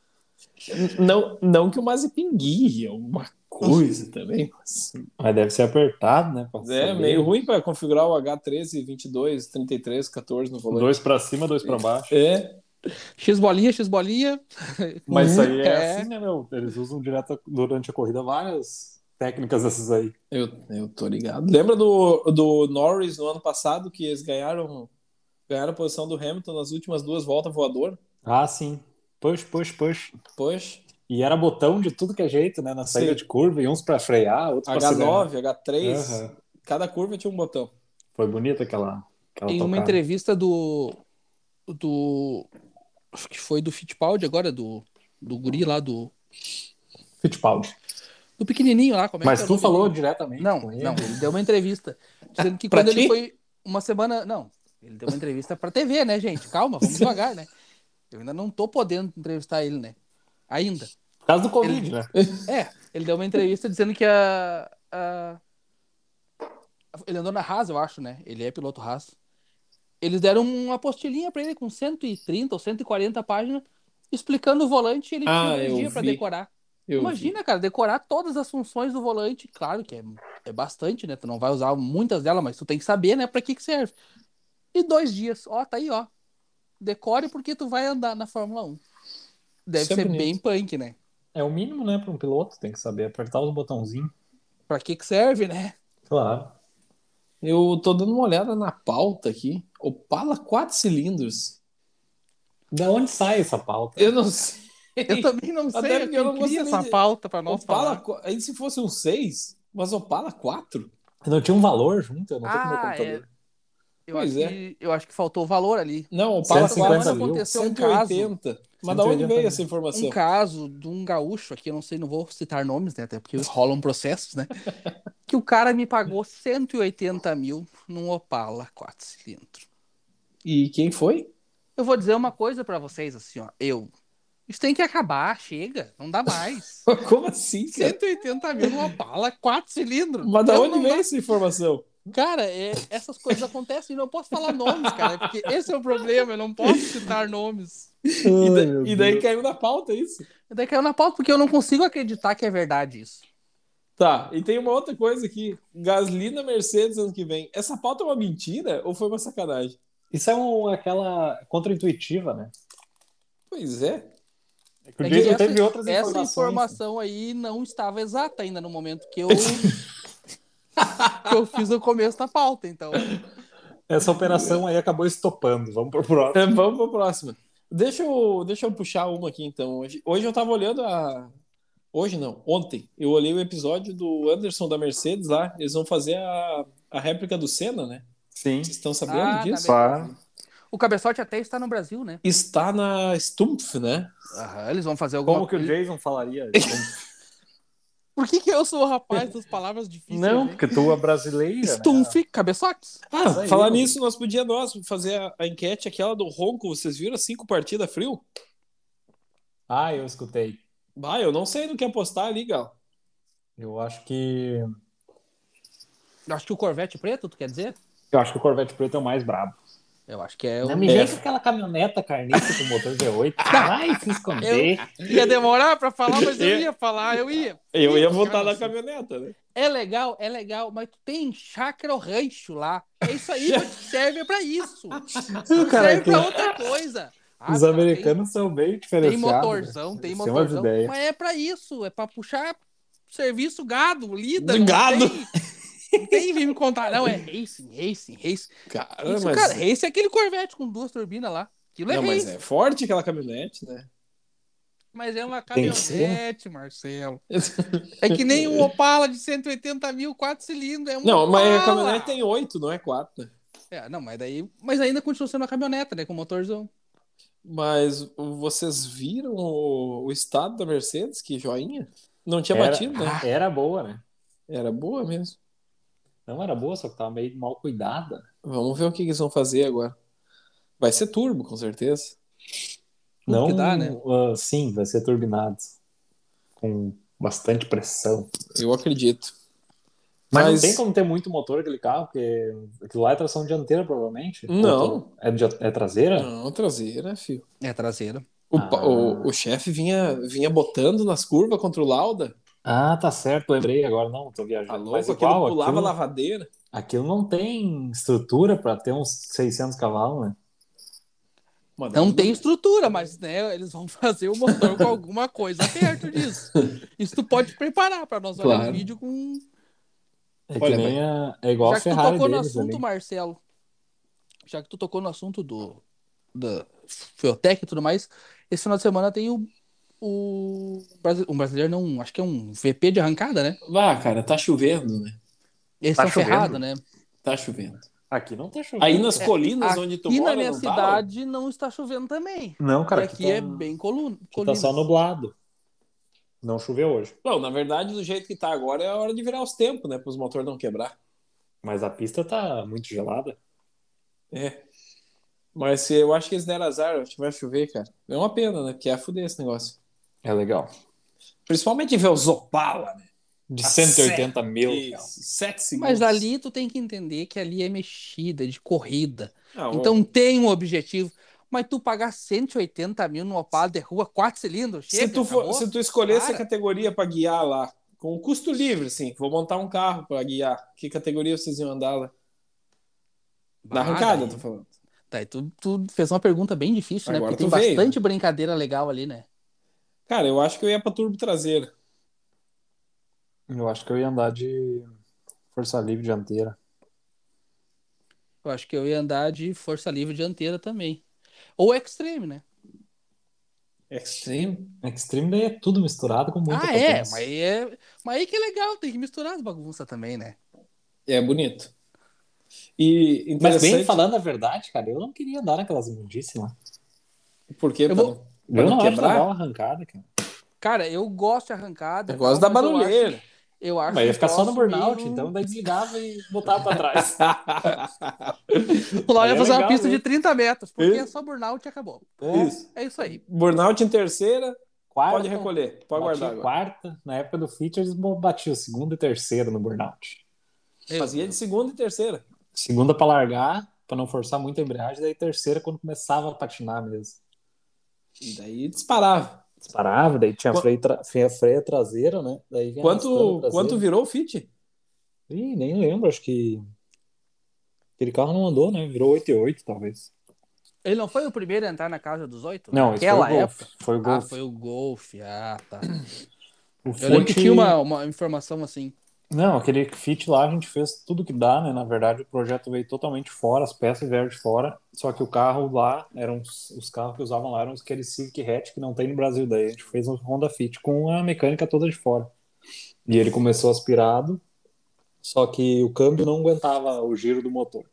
C: não, não que o Mazepin guie alguma coisa também, mas.
A: Mas deve ser apertado, né? pra
C: Mas É,
A: saber.
C: meio ruim pra configurar o H13, 22, 33, 14 no volante.
A: Dois pra cima, dois pra baixo.
C: É,
B: X bolinha, X bolinha.
A: Mas isso aí é,
B: É.
A: assim, né, meu? Eles usam direto durante a corrida várias técnicas dessas aí.
C: eu, eu tô ligado. Lembra do, do Norris no ano passado que eles ganharam, ganharam a posição do Hamilton nas últimas duas voltas voador?
A: Ah, sim. Push, push, push.
C: Poxa,
A: E era botão de tudo que é jeito, né? Na saída
C: Sim. é
A: de curva, e uns pra frear, outros pra acelerar.
C: H9, H3,
A: assim, né? Aham.
C: cada curva tinha um botão.
A: Foi bonita aquela, aquela
B: em uma
A: tocada.
B: entrevista do. do. Acho que foi do Fittipaldi agora, do. Do guri lá, do.
A: Fittipaldi.
B: Do pequenininho lá, como é que
A: Mas
B: é o
A: tu
B: nome
A: falou
B: dele?
A: diretamente
B: Não,
A: com ele?
B: não, ele deu uma entrevista. Dizendo que
C: Pra
B: quando ele
C: ti?
B: foi uma semana. Não, ele deu uma entrevista pra TV, né, gente? Calma, vamos devagar, né? Eu ainda não tô podendo entrevistar ele, né? Ainda.
A: Por causa do Covid, né?
B: É, ele deu uma entrevista dizendo que a. a- Ele andou na Haas, eu acho, né? Ele é piloto Haas. Eles deram uma apostilinha pra ele com 130 ou 140 páginas explicando o volante e ele
C: Ah,
B: tinha
C: eu
B: um dia pra
C: vi.
B: decorar.
C: Eu-
B: Imagina, cara, decorar todas as funções do volante. Claro que é, é bastante, né? Tu não vai usar muitas delas, mas tu tem que saber, né, pra que que serve. E dois dias, ó, tá aí, ó. Decore porque tu vai andar na Fórmula 1. Deve
C: Isso é
B: ser
C: bonito.
B: bem punk, né?
A: É o mínimo, né, pra um piloto. Tem que saber apertar os botãozinhos.
B: Pra que que serve, né?
A: Claro.
C: Eu tô dando uma olhada na pauta aqui. Opala 4 cilindros.
A: Da onde sai essa pauta?
C: Eu não sei.
B: Eu também não sei.
C: Até porque eu
B: eu
C: não
B: não queria
C: gostaria
B: essa
C: de-
B: pauta pra nós
C: Opala,
B: falar.
C: qu- aí se fosse um 6, mas Opala 4?
A: Não tinha um valor junto? Eu não tô com meu
B: Ah,
A: computador.
B: Eu,
C: Pois
B: acho
C: é.
B: que, eu acho que faltou o valor ali.
C: Não, o Pala
A: 150
C: 4
A: mil.
B: Aconteceu um
C: 180. Mas
A: 180
C: da onde veio
A: mil.
C: essa informação?
B: Um caso de um gaúcho aqui, eu não sei, não vou citar nomes, né? Até porque rolam processos, né? que o cara me pagou 180 mil num Opala 4 cilindros.
C: E quem foi?
B: Eu vou dizer uma coisa pra vocês, assim, ó. Eu. Isso tem que acabar, chega, não dá mais.
C: Como assim, cara?
B: 180 mil num Opala 4 cilindros.
C: Mas da
B: Eu
C: onde
B: não
C: veio essa informação?
B: Cara, é- essas coisas acontecem e não posso falar nomes, cara, porque esse é o problema, eu não posso citar nomes.
C: E, da-
A: Ai, meu
C: e daí
A: Deus.
C: caiu na pauta é isso.
B: E Daí caiu na pauta porque É eu não consigo acreditar que é verdade isso.
C: Tá, e tem uma outra coisa aqui. Gasly na Mercedes ano que vem. Essa pauta é uma mentira ou foi uma sacanagem?
A: Isso é um, aquela contraintuitiva, né?
C: Pois é.
A: É que o
B: É que
A: Jason
B: essa-
A: teve outras
B: Essa
A: informações. né?
B: informação aí não estava exata ainda no momento que eu que eu fiz no começo da pauta, então.
A: Essa operação aí acabou estopando. Vamos pro próximo.
C: É, vamos pra próxima. Deixa eu, deixa eu puxar uma aqui então. Hoje, hoje eu tava olhando a. Hoje não, ontem. Eu olhei o episódio do Anderson da Mercedes lá. Eles vão fazer a, a réplica do Senna, né?
A: Sim.
C: Vocês estão sabendo
B: Ah, tá
C: disso?
A: Claro.
B: O cabeçote até está no Brasil, né?
C: Está na Stumpf, né?
B: Aham, eles vão fazer alguma
A: Como que o
B: coisa.
A: Jason falaria?
B: Por que, que eu sou o rapaz das palavras difíceis?
A: não,
B: né?
A: porque tu é brasileira.
B: Stunf, cabeçotes?
C: Ah,
A: aí,
C: falar
A: mano.
C: nisso, nós podíamos nós fazer a, a enquete aquela do Ronco. Vocês viram as cinco partidas frio?
A: Ah, eu escutei.
C: Bah, eu não sei no que apostar ali, Gal.
A: Eu acho que.
B: Acho que o Corvette preto, tu quer dizer?
A: Eu acho que o Corvette Preto é o mais brabo.
B: Eu acho que é
A: Não
B: o
A: me
C: É.
A: vem com aquela caminhoneta carnita com motor V8. Vai se esconder.
B: Ia demorar pra falar, mas
C: É.
B: eu ia falar, eu ia.
C: Eu ia
B: Ih,
C: votar na
B: nossa.
C: caminhoneta, né?
B: É legal, é legal, mas tu tem chácara ou rancho lá. É isso aí, mas serve pra isso.
A: Ah,
B: Não serve pra outra coisa. Ah,
A: é Os
B: cara,
A: americanos são bem
B: tem, tem
A: diferenciados. né?
B: motorzão, tem
A: Eles têm umas
B: motorzão.
A: ideias.
B: Mas é pra isso, é pra puxar serviço gado, lida.
C: Do
B: não
C: gado.
B: Tem, não tem vir me contar, não. É racing, racing, racing.
C: Cara,
B: isso,
C: Ah, mas.
B: cara, racing é aquele Corvette com duas turbinas lá. Aquilo é
C: não, mas
B: racing.
C: é forte aquela caminhonete, né?
B: Mas é uma
A: Tem que ser.
B: caminhonete, Marcelo. É que nem um Opala de 180 mil, quatro cilindros. É um
C: Não, mas a
B: Opala.
C: caminhonete tem oito, não é quatro. né?
B: É, não, mas daí. Mas ainda continua sendo uma caminhoneta, né? Com motorzão.
C: Mas vocês viram o, o estado da Mercedes? Que joinha? Não tinha
A: Era-
C: batido, né?
A: Era boa, né?
C: Era boa mesmo.
A: Não era boa, só que tava meio mal cuidada.
C: Vamos ver o que que eles vão fazer agora. Vai ser turbo, com certeza.
B: Tudo
A: não
B: que dá, né?
A: ah, sim, vai ser turbinado. Com bastante pressão.
C: Eu acredito.
A: Mas,
C: Mas-
A: não tem como ter muito motor aquele carro, porque aquilo lá é tração dianteira, provavelmente.
C: Não.
A: É, dia- é traseira?
C: Não, traseira, né, filho.
B: É traseira.
C: O,
A: Ah.
C: pa- o, o chefe vinha, vinha botando nas curvas contra o Lauda.
A: Ah, tá certo, lembrei agora, não, tô
C: Tá
A: viajando. Mas
C: louco,
A: igual,
C: aquilo pulava
A: aquilo-
C: lavadeira.
A: Aquilo não tem estrutura para ter uns 600 cavalos, né?
C: Mano, é
B: Não
C: eu-
B: tem estrutura, mas né, eles vão fazer o motor com alguma coisa perto disso. Isso tu pode preparar pra nós olhar
C: Claro.
B: um vídeo com.
A: É que
C: Olha,
A: nem a- é igual
B: Já
A: a
B: que tu
A: Ferrari
B: tocou no
A: deles
B: assunto,
A: ali.
B: Marcelo. Já que tu tocou no assunto do da Fiotec e tudo mais, esse final de semana tem o, o Brasi- um brasileiro não, acho que é um VP de arrancada, né?
C: Ah, cara, tá chovendo, né?
B: Eles
A: Tá
B: estão
A: chovendo?
B: ferrados, né?
C: Tá chovendo.
A: Aqui não tá chovendo.
C: Aí nas colinas
B: É, aqui
C: onde tu
B: E
C: mora,
B: na minha
C: não tá?
B: cidade não está chovendo também.
A: Não, cara,
B: e
A: aqui,
B: aqui
A: tá,
B: é bem colu-
A: aqui tá
B: colina.
A: só nublado. Não choveu hoje,
C: Tá? Não, na verdade, do jeito que tá agora, é a hora de virar os tempos, né? Para os motores não quebrar.
A: mas a pista tá muito gelada.
C: É. Mas se eu acho que eles deram azar, acho que vai chover, cara. É uma pena, né? Porque é a fuder esse negócio.
A: É legal.
C: Principalmente ver os Opala, né?
A: De
C: Tá
A: 180 mil.
C: Que Sete segundos.
B: Mas ali tu tem que entender que ali é mexida, de corrida.
C: Ah, ô,
B: Então tem um objetivo. Mas tu pagar 180 mil numa Opala de rua, quatro cilindros, chega,
C: se tu, for-
B: acabou.
C: se tu escolhesse
B: Para.
C: a categoria para guiar lá, com o custo livre, assim, vou montar um carro para guiar, que categoria vocês iam andar lá? Na
B: Ah,
C: arrancada,
B: daí-
C: tô falando.
B: Tá, e tu, tu fez uma pergunta bem difícil, né?
C: Agora
B: Porque tem
C: tu veio,
B: bastante brincadeira legal ali, né?
C: Cara, eu acho que eu ia pra turbo traseira.
A: Eu acho que eu ia andar de força livre dianteira.
B: Eu acho que eu ia andar de força livre dianteira também. Ou extreme, né?
C: É Extreme?
A: Extreme daí é tudo misturado com muita
B: ah, é
A: potência.
B: mas, é. mas aí que é legal, tem que misturar as bagunças também, né?
C: É bonito. E
A: Mas
C: interessante,
A: bem falando a verdade, cara, eu não queria andar naquelas imundíssimas.
C: porque
B: Eu vou-
A: Eu
C: não
A: não acho
C: quebrar?
A: legal a arrancada, cara.
B: Cara, eu gosto de arrancada. então,
C: eu gosto da
B: mas é eu
C: barulheira.
B: acho- Eu acho
A: Mas ia
B: que
A: ficar só no
B: troço
A: burnout,
B: meio-
A: então daí desligava e botava pra trás.
B: Tu lá
A: Aí
B: ia
A: é
B: fazer uma
A: legal,
B: pista
A: né?
B: de 30 metros, porque
C: Isso.
B: é só burnout e acabou.
C: Isso.
B: É isso aí.
C: Burnout em terceira,
A: Então, Quarta,
C: pode recolher, pode
A: batia
C: guardar agora.
A: quarta, na época do feat, eles bo- batiam segundo e terceiro no burnout.
B: Meu
C: Fazia de
B: Deus.
C: segunda e terceira.
A: Segunda pra largar, pra não forçar muito a embreagem, daí terceira quando começava a patinar mesmo.
C: E daí disparava.
A: Disparava, daí tinha
C: Qu-
A: freio, tra... freio- freio traseira, né? Daí vinha arrastando
C: Quanto,
A: a traseira.
C: quanto virou o fit?
A: Ih, nem lembro, acho que aquele carro não andou, né? Virou 8,8 talvez.
B: Ele não foi o primeiro a entrar na casa dos oito?
A: Não, esse foi o
B: Naquela
A: Golf.
B: época.
A: Foi o
B: Ah,
A: Golf.
B: foi o Golf. Ah, tá.
A: O
B: Eu lembro que
A: Fit-
B: tinha uma, uma informação assim.
A: Não, aquele fit lá a gente fez tudo que dá, né? Na verdade, o projeto veio totalmente fora, as peças vieram de fora. Só que o carro lá, eram os, os carros que usavam lá eram aqueles Civic Hatch que não tem no Brasil. Daí a gente fez um Honda Fit com a mecânica toda de fora. E ele começou aspirado, só que o câmbio não aguentava o giro do motor.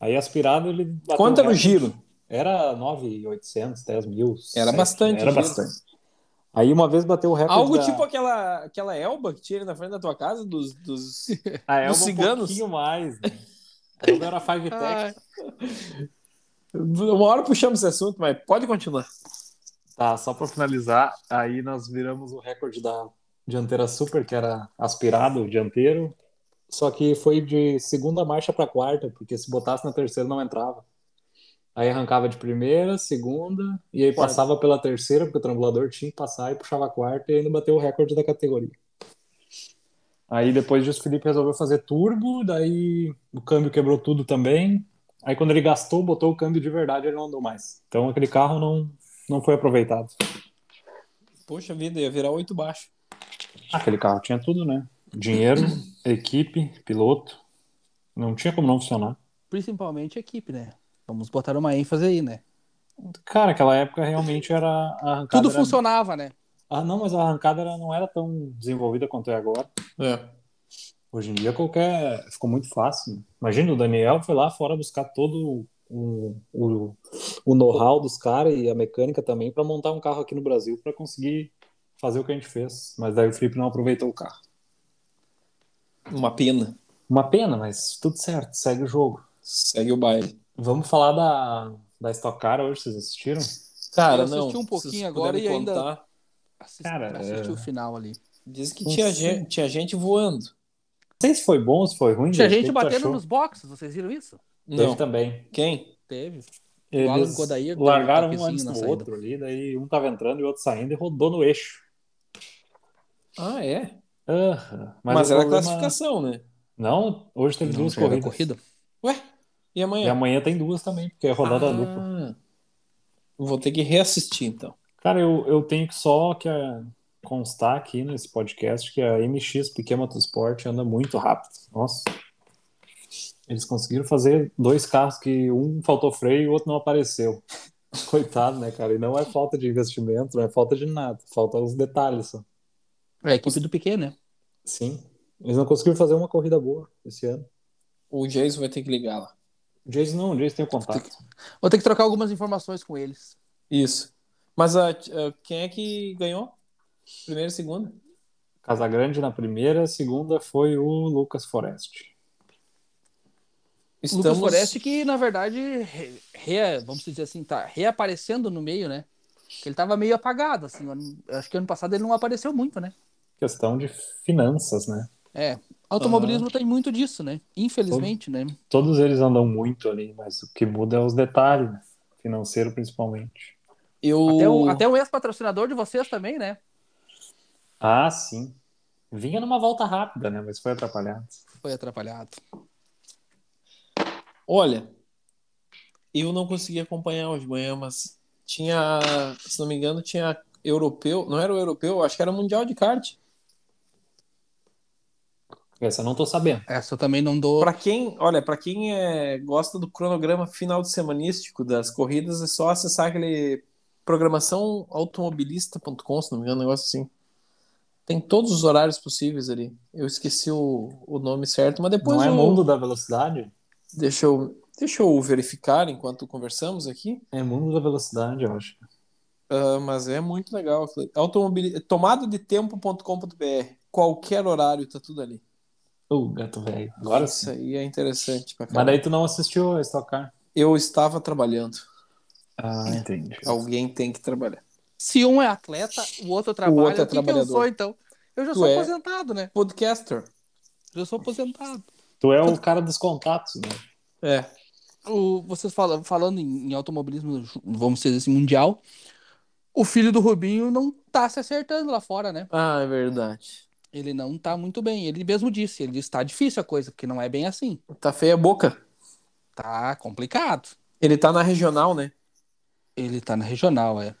A: Aí aspirado ele bateu
C: Quanto era o
A: recorde.
C: giro?
A: Era 9,800, 10 mil. né?
C: Era bastante
A: Era
C: giro.
A: bastante. Aí uma vez bateu o recorde
C: Algo
A: da-
C: tipo aquela, aquela elba que tinha ali na frente da tua casa, dos. dos...
A: Ah, é
C: dos
A: um
C: ciganos.
A: pouquinho mais, né? Quando era Five Tech.
C: Uma hora puxamos esse assunto, mas pode continuar.
A: Tá, só pra finalizar, aí nós viramos o recorde da dianteira super, que era aspirado o dianteiro. Só que foi de segunda marcha pra quarta, porque se botasse na terceira não entrava. Aí arrancava de primeira, segunda, e aí
C: Quarta.
A: passava pela terceira, porque o trambulador tinha que passar e puxava a quarta e ainda bateu o recorde da categoria. Aí depois disso o Felipe resolveu fazer turbo, daí o câmbio quebrou tudo também. Aí quando ele gastou, botou o câmbio de verdade, ele não andou mais. Então aquele carro não, não foi aproveitado.
C: Poxa vida, ia virar oito baixo.
A: Aquele carro tinha tudo, né? Dinheiro, equipe, piloto. Não tinha como não funcionar.
B: Principalmente a equipe, né? Vamos botar uma ênfase aí, né?
A: Cara, aquela época realmente era. A arrancada
B: Tudo
A: era-
B: funcionava, né?
A: Ah, não, mas a arrancada era- não era tão desenvolvida quanto é agora.
C: É.
A: Hoje em dia qualquer. Ficou muito fácil. né? Imagina, o Daniel foi lá fora buscar todo um- o, o know-how dos caras e a mecânica também para montar um carro aqui no Brasil para conseguir fazer o que a gente fez. Mas daí o Felipe não aproveitou o carro.
C: Uma pena.
A: Uma pena, mas tudo certo, segue o jogo.
C: Segue o baile.
A: Vamos falar da, da Stock Car hoje, vocês assistiram?
C: Cara,
B: Eu
C: não.
B: assisti um
C: se
B: pouquinho
C: vocês
B: agora
C: puderem
B: e ainda-
C: contar,
B: Assist,
A: Cara,
B: assisti
A: é.
B: o final ali.
C: Diz que
A: Não
C: tinha
A: sei.
C: gente, tinha gente voando.
A: Não sei se foi bom, se foi ruim. Diego,
B: Tinha
A: o
B: gente
A: que que tu
B: batendo
A: achou?
B: nos boxes, vocês viram isso?
A: Teve
C: Não.
A: também.
C: tá- Quem?
B: Teve. O Alan
A: Eles
B: Godair deu um
A: largaram um
B: toquezinho
A: antes
B: na
A: do
B: saída.
A: outro ali, daí um tava entrando e o outro saindo e rodou no eixo.
C: Ah, é.
A: Aham.
C: Mas,
A: o
C: era
A: problema-
C: classificação, né?
A: Não, hoje teve
B: Não,
A: duas
B: já era
A: corridas.
B: corrida.
C: Ué? E
A: E
C: amanhã?
A: amanhã tem duas também, porque é rodada
C: ah,
A: dupla.
C: Vou ter que reassistir, então.
A: Cara, eu, eu tenho que só que ah, constar aqui nesse podcast que a MX Pequena Motorsport anda muito rápido. Nossa. Eles conseguiram fazer dois carros que um faltou freio e o outro não apareceu. Coitado, né, cara? E não é falta de investimento, não é falta de nada. Faltam os detalhes só.
B: É a equipe do Piquet, né?
A: Sim. Eles não conseguiram fazer uma corrida boa esse ano.
C: O Jason vai ter que ligar lá.
A: O Jason não, o Jason tem o contato.
B: Vou ter que trocar algumas informações com eles.
C: Isso. Mas a- a- quem é que ganhou? Primeira e segunda?
A: Casagrande na primeira, a segunda foi o Lucas Forest.
B: Lucas Forest que, na verdade, re- re- vamos dizer assim, tá reaparecendo no meio, né? Que Ele tava meio apagado, assim. ano- Acho que ano passado ele não apareceu muito, né?
A: Questão de finanças, né?
B: É. Automobilismo tem muito disso, né? Infelizmente, né?
A: Todos eles andam muito ali, mas o que muda é os detalhes, né? financeiro principalmente.
C: Eu...
B: Até um, até um ex-patrocinador de vocês também, né?
A: Ah, sim. Vinha numa volta rápida, né? Mas foi atrapalhado.
B: Foi atrapalhado.
C: Olha, eu não consegui acompanhar hoje de manhã, mas tinha, se não me engano, tinha europeu, não era o europeu, acho que era o mundial de kart.
A: Essa eu não tô sabendo.
B: Essa eu também não dou.
C: Pra quem, olha, para quem é, gosta do cronograma final de semanístico das corridas, é só acessar aquele programação automobilista.com, se não me engano, um negócio assim. Tem todos os horários possíveis ali. Eu esqueci o, o nome certo, mas depois
A: não é
C: eu-
A: mundo da velocidade?
C: deixa eu deixa eu verificar enquanto conversamos aqui.
A: É mundo da velocidade, eu acho.
C: Ah, mas é muito legal. Automobili... Tomada de tempo.com.br. Qualquer horário, tá tudo ali.
A: Ô, gato velho. Agora
C: Isso
A: sim.
C: aí é interessante pra
A: Mas
C: caralho.
A: daí tu não assistiu a Stock Car.
C: Eu estava trabalhando.
A: Ah, entendi.
C: Alguém tem que trabalhar.
B: Se um é atleta, o outro trabalha. O,
C: outro é
B: que, que eu
C: trabalhador.
B: sou, então? Eu já
C: Tu
B: sou
C: é.
B: aposentado, né?
C: Podcaster.
B: Eu já sou aposentado.
A: Tu é o cara dos contatos, né?
C: É.
B: o, vocês falam, falando em, em automobilismo, vamos dizer assim, mundial, o filho do Rubinho não tá se acertando lá fora, né?
C: Ah, é verdade.
B: Ele não tá muito bem. Ele mesmo disse, ele disse, tá difícil a coisa, porque não é bem assim.
C: Tá feia a boca.
B: Tá complicado.
C: Ele tá na regional, né?
B: Ele tá na regional, é.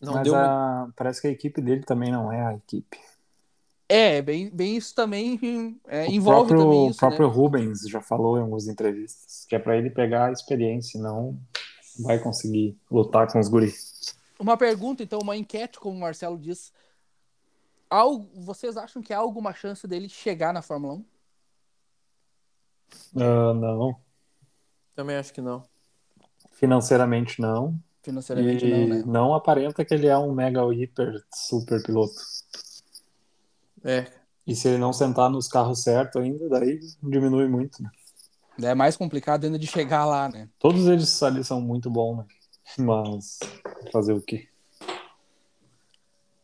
C: Não
A: Mas
C: deu um- muito.
A: a- parece que a equipe dele também não é a equipe.
B: É, bem, bem isso também é,
A: O
B: envolve
A: próprio,
B: também
A: o
B: isso, né?
A: próprio Rubens já falou em algumas entrevistas que é para ele pegar a experiência, senão vai conseguir lutar com os guris.
B: Uma pergunta, então, uma enquete, como o Marcelo diz. Al- vocês acham que há alguma chance dele chegar na Fórmula 1?
A: Ah, não,
C: Também acho que não.
A: financeiramente não.
B: Financeiramente,
A: e
B: não, né?
A: não aparenta que ele é um mega hiper super piloto.
C: É.
A: E se ele não sentar nos carros certos ainda, daí diminui muito. né?
B: É mais complicado ainda de chegar lá, né?
A: Todos eles ali são muito bons, né? Mas fazer o quê?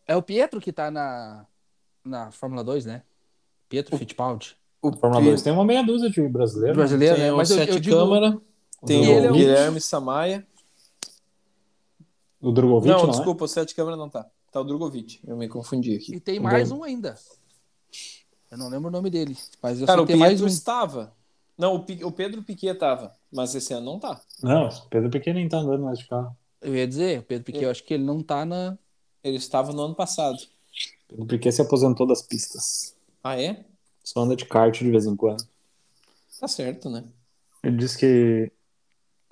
B: É o Pietro que tá na, na Fórmula 2, né? Pietro Fittipaldi.
C: O
A: A Fórmula
C: Pi- É,
A: 2 tem uma meia dúzia de brasileiros. né?
B: Brasileiro,
C: tem
B: né?
C: o
B: Mas eu,
C: Sete
B: eu digo.
C: Câmara, tem
B: E ele é
C: o
B: o-
C: Guilherme Samaia.
A: O Drogovic,
C: não,
A: não, é?
C: desculpa, o Sete Câmara não tá. Tá o Drogovic. Eu me confundi aqui.
B: E tem mais um ainda. Eu não lembro o nome dele. Mas eu
C: Cara,
B: sei
C: o
B: que tem mais
C: Pedro
B: um.
C: estava. Não, o, Pi- o Pedro Piquet tava, mas esse ano não tá.
A: Não, Pedro Pequeno nem tá andando mais de carro.
B: Eu ia dizer, o Pedro
C: É.
B: Piquet, eu acho que ele não tá na.
C: Ele estava no ano passado.
A: Pedro Piquet se aposentou das pistas.
C: Ah, é?
A: Só anda de kart de vez em quando.
C: Tá certo, né?
A: Ele disse que.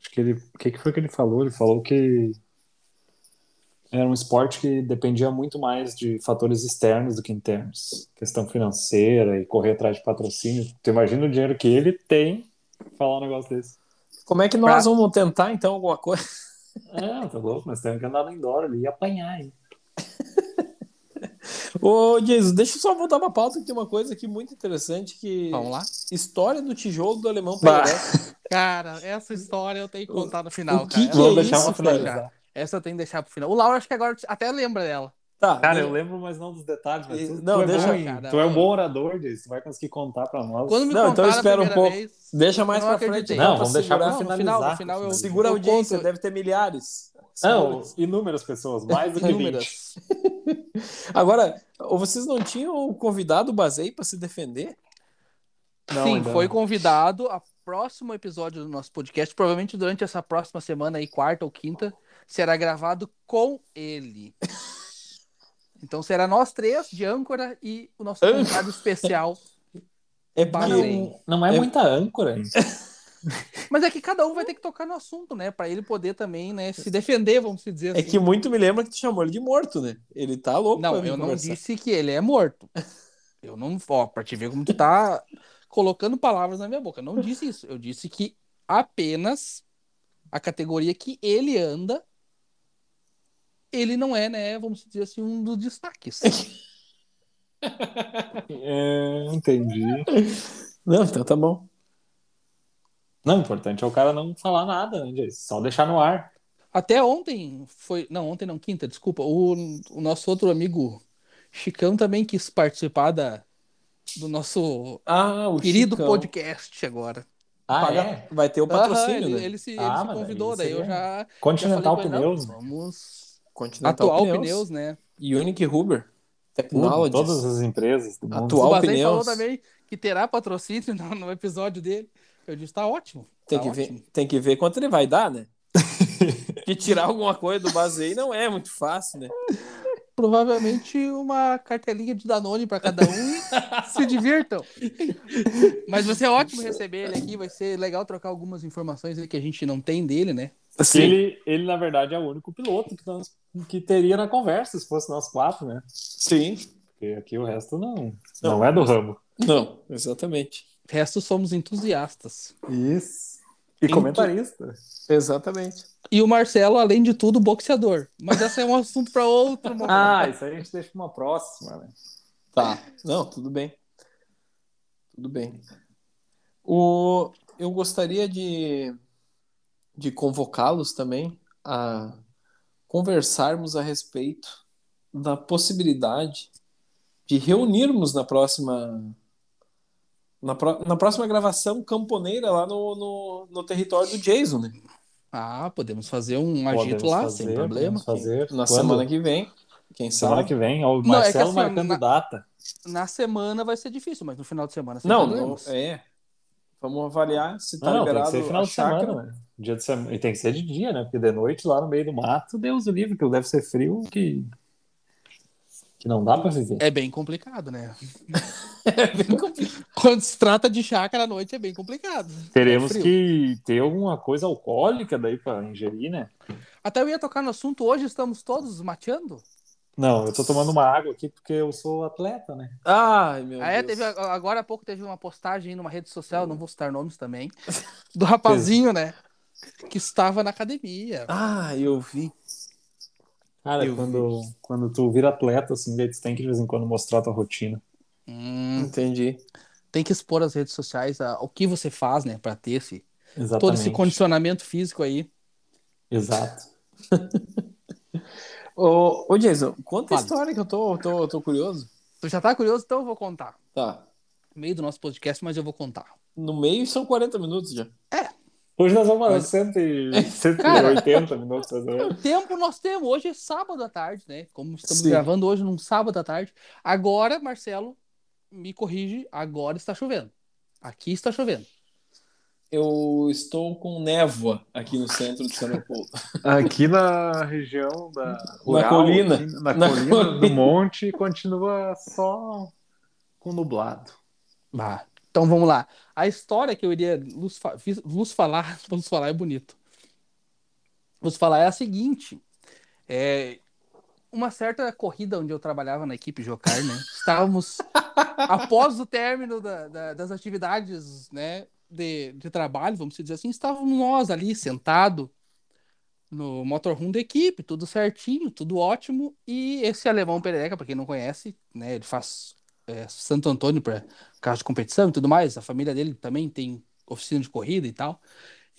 A: Acho que ele. O que, que foi que ele falou? Ele falou que era um esporte que dependia muito mais de fatores externos do que internos. Questão financeira e correr atrás de patrocínio. Tu imagina o dinheiro que ele tem pra falar um negócio desse.
C: Como é que nós vamos tentar, então, alguma coisa?
A: É, tá louco, mas temos que andar no indoor ali e apanhar, hein?
C: Ô, Jesus, deixa eu só voltar pra pauta, que tem uma coisa aqui muito interessante que...
B: Vamos lá.
C: História do tijolo do alemão
A: Bah.
C: Pereira.
B: Cara, essa história eu tenho que contar no final,
C: o que
B: cara.
C: que
B: Essa eu
C: é
B: tenho
C: isso,
B: que
A: cara?
B: deixar. Essa eu tenho que deixar pro final. O Laura acho que agora até lembra dela.
C: Tá,
A: Cara,
C: né?
A: eu lembro, mas não dos detalhes, mas tu,
C: Não,
A: tu é
C: deixa,
A: bom, em-
B: cara.
A: tu é um bom orador, Jason, tu vai conseguir contar pra nós.
B: Quando me
C: Não, então
B: contaram a
C: espera um
B: primeira
C: pouco.
B: vez-
C: Deixa mais
B: Eu não
C: pra frente.
B: acreditei.
C: então,
A: Não,
C: pra
A: vamos deixar
C: segurar. um-
A: pra
B: Não, no
A: finalizar.
B: final, no final eu-
A: finalizar.
C: Segura a
B: Eu
C: audiência,
B: conto-
C: deve ter milhares.
A: Não, inúmeras pessoas, mais do que 20.
B: Inúmeras.
C: Agora, ô, vocês não tinham convidado o Bazei pra se defender?
A: Não,
B: Sim,
A: ainda
C: né?
B: foi
A: não.
B: convidado a próximo episódio do nosso podcast, provavelmente durante essa próxima semana aí, quarta ou quinta, será gravado com ele. Então será nós três de âncora e o nosso
C: Âncora.
B: convidado especial.
C: É
A: Mas
B: Bazei.
C: porque
A: não, não é
C: Eu-
A: muita âncora, hein?
B: Mas é que cada um vai ter que tocar no assunto, né, Pra ele poder também, né, se defender, vamos dizer assim.
C: é que muito me lembra que tu chamou ele de morto, né? Ele tá louco. pra
B: Não,
C: vir
B: eu não
C: conversar.
B: disse que ele é morto. Eu não, ó, pra te ver como tu tá colocando palavras na minha boca. Eu não disse isso. Eu disse que apenas a categoria que ele anda, ele não é, né, vamos dizer assim, um dos destaques.
A: É, entendi.
C: Não, então tá bom.
A: Não, o importante é o cara não falar nada, né, Jason? Só deixar no ar.
B: Até ontem foi, não, ontem não, quinta, desculpa, o, o nosso outro amigo Chicão também quis participar da, do nosso
C: Ah, o
B: querido
C: Chicão.
B: podcast agora.
A: Ah,
C: Paga-
A: é?
C: Vai ter o
B: Aham,
C: patrocínio,
B: ele,
C: né?
B: ele se, ele
A: Ah,
B: se
A: mas
B: convidou,
A: aí
B: daí eu
A: seria-
B: já
A: Continental
B: Já falei pra ele,
A: Pneus,
B: não,
A: né?
B: Vamos
C: Continental
B: atual
C: Pneus.
B: pneus, É né?
C: Unique Huber.
A: Tudo,
C: Technologies.
A: todas as empresas do mundo.
C: Atual
B: o Bazei
C: Pneus.
B: falou também que terá patrocínio no, no episódio dele. Eu disse, tá ótimo.
C: Tem,
B: tá
C: que ver,
B: ótimo.
C: tem que ver quanto ele vai dar, né? Porque tirar alguma coisa do Bazei não é muito fácil, né?
B: Provavelmente uma cartelinha de Danone para cada um. se divirtam. Mas vai ser ótimo receber ele aqui. Vai ser legal trocar algumas informações aí que a gente não tem dele, né?
A: Que Ele, ele, na verdade, é o único piloto que, nós, que teria na conversa, se fosse nós quatro, né?
C: Sim.
A: Porque aqui o resto não.
C: Não.
A: Não, é do ramo.
C: Não, exatamente.
B: Resto somos entusiastas.
A: Isso. E
B: Então,
C: Entu-
A: comentarista.
C: Exatamente.
B: E o Marcelo, além de tudo, boxeador. Mas esse é um assunto para outro momento.
A: Ah, isso aí a gente deixa pra uma próxima, né?
C: Tá. Não, tudo bem. Tudo bem. O... Eu gostaria de, de convocá-los também a conversarmos a respeito da possibilidade de reunirmos na próxima. Na, pró- na próxima gravação camponeira lá no, no, no território do Jason, né?
B: Ah, podemos fazer um agito
A: Podemos
B: lá,
A: fazer,
B: sem problema.
A: podemos Fazer. Quando?
C: Na semana que vem, quem
A: Semana
C: sabe?
A: que vem. Ó, o
B: Não, é que
A: Marcelo
B: assim, ó,
A: marcando
B: na-
A: data.
B: Na semana vai ser difícil, mas no final de semana tá sem
C: Não, não,
B: problemas.
C: é. Vamos avaliar se tá
A: não,
C: liberado
A: tem que ser final
C: a
A: de semana,
C: chácara.
A: né? Dia de semana. E tem que ser de dia, né? Porque de noite lá no meio do mato, Deus o livre, que deve ser frio que. Que não dá pra viver.
B: É bem complicado, né?
C: É bem complicado.
B: Quando se trata de chácara à noite é bem complicado.
A: Teremos
B: É frio.
A: que ter alguma coisa alcoólica daí pra ingerir, né?
B: Até eu ia tocar no assunto, hoje estamos todos mateando?
A: Não, eu tô tomando uma água aqui porque eu sou atleta, né?
C: Ai, meu
B: Ah, é,
C: Deus.
B: teve, agora há pouco teve uma postagem numa rede social, não vou citar nomes também, do rapazinho, né? Que estava na academia.
C: Ah, eu vi.
A: Cara,
C: Eu
A: quando, quando tu vira atleta, assim, daí tu tem que de vez em quando mostrar tua rotina.
B: Hum,
C: Entendi.
B: tem que expor as redes sociais a- o que você faz, né? Pra ter esse,
A: Exatamente.
B: todo esse condicionamento físico aí.
A: Exato.
C: Ô, ô Jason, conta a
B: Fala.
C: história que eu tô, tô, tô curioso.
B: Tu já tá curioso? Então eu vou contar.
C: Tá.
B: No meio do nosso podcast, mas eu vou contar.
C: No meio são 40 minutos já.
A: Hoje nós vamos fazer
B: Mas-
A: 100 e- 180 minutos. né? mais ou menos.
B: Tempo nós temos. Hoje é sábado à tarde, né? Como estamos
C: Sim.
B: gravando hoje num sábado à tarde. Agora, Marcelo, me corrige, agora está chovendo. Aqui está chovendo.
C: Eu estou com névoa aqui no centro de São Paulo.
A: Aqui na região da rural,
C: colina.
A: aqui na,
C: Na
A: colina, do
C: colina.
A: monte, continua só com nublado.
B: Bah. Então vamos lá. A história que eu iria vos, fa- fiz- vos falar, vos falar é bonito. Vos falar é a seguinte. É, uma certa corrida onde eu trabalhava na equipe Jocar, né? Estávamos após o término da- da- das atividades, né? de, de trabalho, vamos dizer assim, estávamos nós ali sentado no motorhome da equipe, tudo certinho, tudo ótimo. E esse alemão perereca, para quem não conhece, né, ele faz é, Santo Antônio para carro de competição e tudo mais. A família dele também tem oficina de corrida e tal.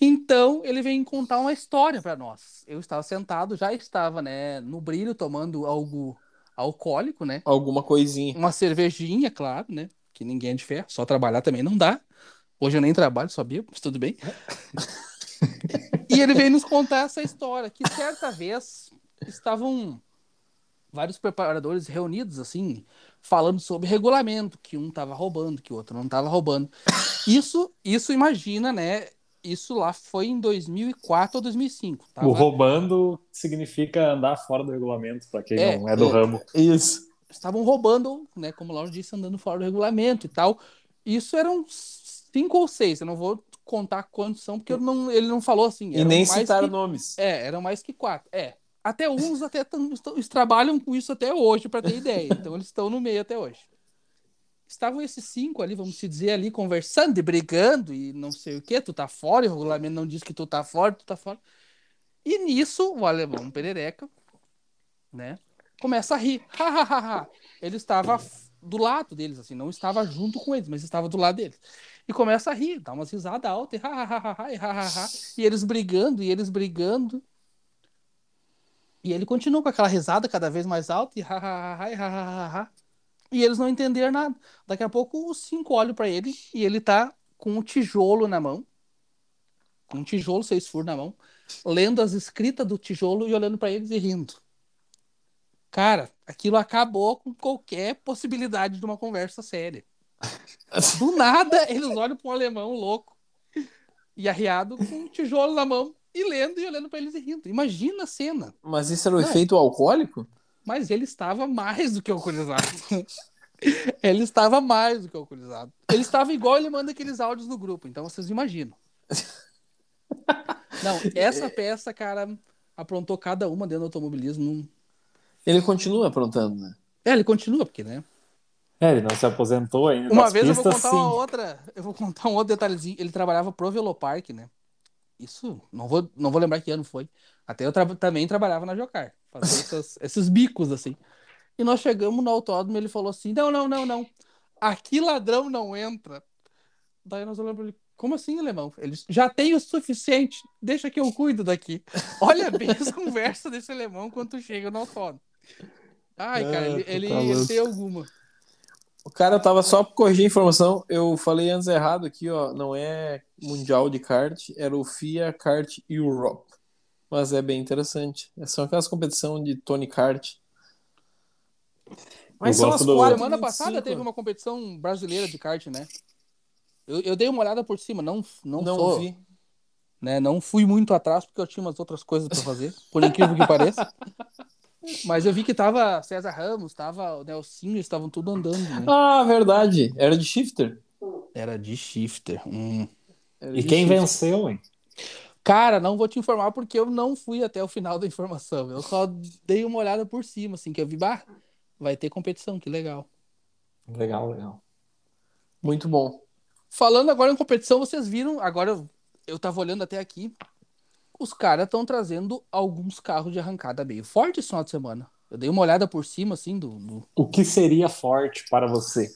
B: Então ele vem contar uma história para nós. Eu estava sentado, já estava, né, no brilho tomando algo alcoólico, né?
C: Alguma coisinha.
B: Uma cervejinha, claro, né? Que ninguém é de ferro, só trabalhar também não dá. Hoje eu nem trabalho, só bebo, mas tudo bem. e ele veio nos contar essa história que certa vez estavam vários preparadores reunidos assim, falando sobre regulamento, que um estava roubando, que o outro não estava roubando. Isso, isso imagina, né? Isso lá foi em 2004 ou 2005. Tava...
A: O roubando significa andar fora do regulamento, para quem
B: É,
A: não é do
C: é.
A: ramo.
C: Isso.
B: estavam roubando, né? Como o Lauro disse, andando fora do regulamento e tal. Isso eram cinco ou seis, eu não vou contar quantos são, porque eu não, ele não falou assim.
C: E
B: eram
C: nem
B: mais
C: citaram
B: que-
C: nomes.
B: É, eram mais que quatro. É. Até uns até tão- estão- eles trabalham com isso até hoje, para ter ideia. Então eles estão no meio até hoje. Estavam esses cinco ali, vamos se dizer, ali conversando e brigando e não sei o quê. Tu tá fora, e o regulamento não diz que tu tá fora, tu tá fora. E nisso, o alemão perereca, né, começa a rir. Ha, ha, ha, ha. Ele estava f- do lado deles, assim, não estava junto com eles, mas estava do lado deles. E começa a rir, dá umas risadas altas, e ha, ha, ha, ha, ha, e ha, ha, ha. E eles brigando, e eles brigando. E ele continua com aquela risada cada vez mais alta, e ha, ha, ha, ha, e ha, ha, ha, ha. E eles não entenderam nada. Daqui a pouco os cinco olham para ele e ele tá com um tijolo na mão. Com um tijolo seis furos na mão, lendo as escritas do tijolo e olhando para eles e rindo. Cara, aquilo acabou com qualquer possibilidade de uma conversa séria. Do nada, eles olham para um alemão louco e arriado com um tijolo na mão e lendo e olhando para eles e rindo. Imagina a cena.
C: Mas isso era o
B: Não.
C: efeito alcoólico?
B: Mas ele estava mais do que alcoolizado. ele estava mais do que alcoolizado. Ele estava igual ele manda aqueles áudios no grupo, então vocês imaginam. Não, essa peça, cara, aprontou cada uma dentro do automobilismo.
C: Ele continua aprontando, né?
B: É, ele continua, porque, né?
A: É, ele não se aposentou ainda.
B: Uma
A: das
B: vez eu vou
A: pistas,
B: contar
A: sim.
B: uma outra, eu vou contar um outro detalhezinho. Ele trabalhava pro Velopark, né? Isso, não vou, não vou lembrar que ano foi. Até eu tra- também trabalhava na Jocar, fazia essas- esses bicos assim. E nós chegamos no autódromo, ele falou assim: "Não, não, não, não. Aqui ladrão não entra". Daí nós olhamos pra ele: "Como assim, alemão?". Ele disse, "Já tem o suficiente, deixa que eu cuido daqui". Olha bem as conversas desse alemão quando chega no autódromo. Ai, cara,
C: Ah,
B: ele,
C: tu
B: ele
C: tá
B: ia
C: louco.
B: ter alguma.
C: O cara tava só pra corrigir a informação. Eu falei antes errado aqui, ó. Não é Mundial de Kart, era o FIA Kart Europe. Mas é bem interessante. São aquelas competições de Tony Kart.
A: Eu gosto do- Pô,
B: Semana passada teve uma competição brasileira de kart, né? Eu, eu dei uma olhada por cima, não, não,
C: Não,
B: sou,
C: vi.
B: né? Não fui muito atrás porque eu tinha umas outras coisas pra fazer, por incrível que pareça. Mas eu vi que tava César Ramos, tava o Nelsinho, eles estavam tudo andando, né?
C: Ah, verdade. Era de shifter.
B: Era de shifter. hum.
C: Era
A: E
C: de
A: quem
C: shifter.
A: venceu, hein?
B: Cara, não vou te informar porque eu não fui até o final da informação. Eu só dei uma olhada por cima, assim, que eu vi, bah, vai ter competição, que legal.
A: Legal, legal.
C: Muito bom.
B: Falando agora em competição, vocês viram, agora eu, eu tava olhando até aqui, os caras estão trazendo alguns carros de arrancada meio forte esse final de semana. Eu dei uma olhada por cima, assim, do. do...
A: O que seria forte para você?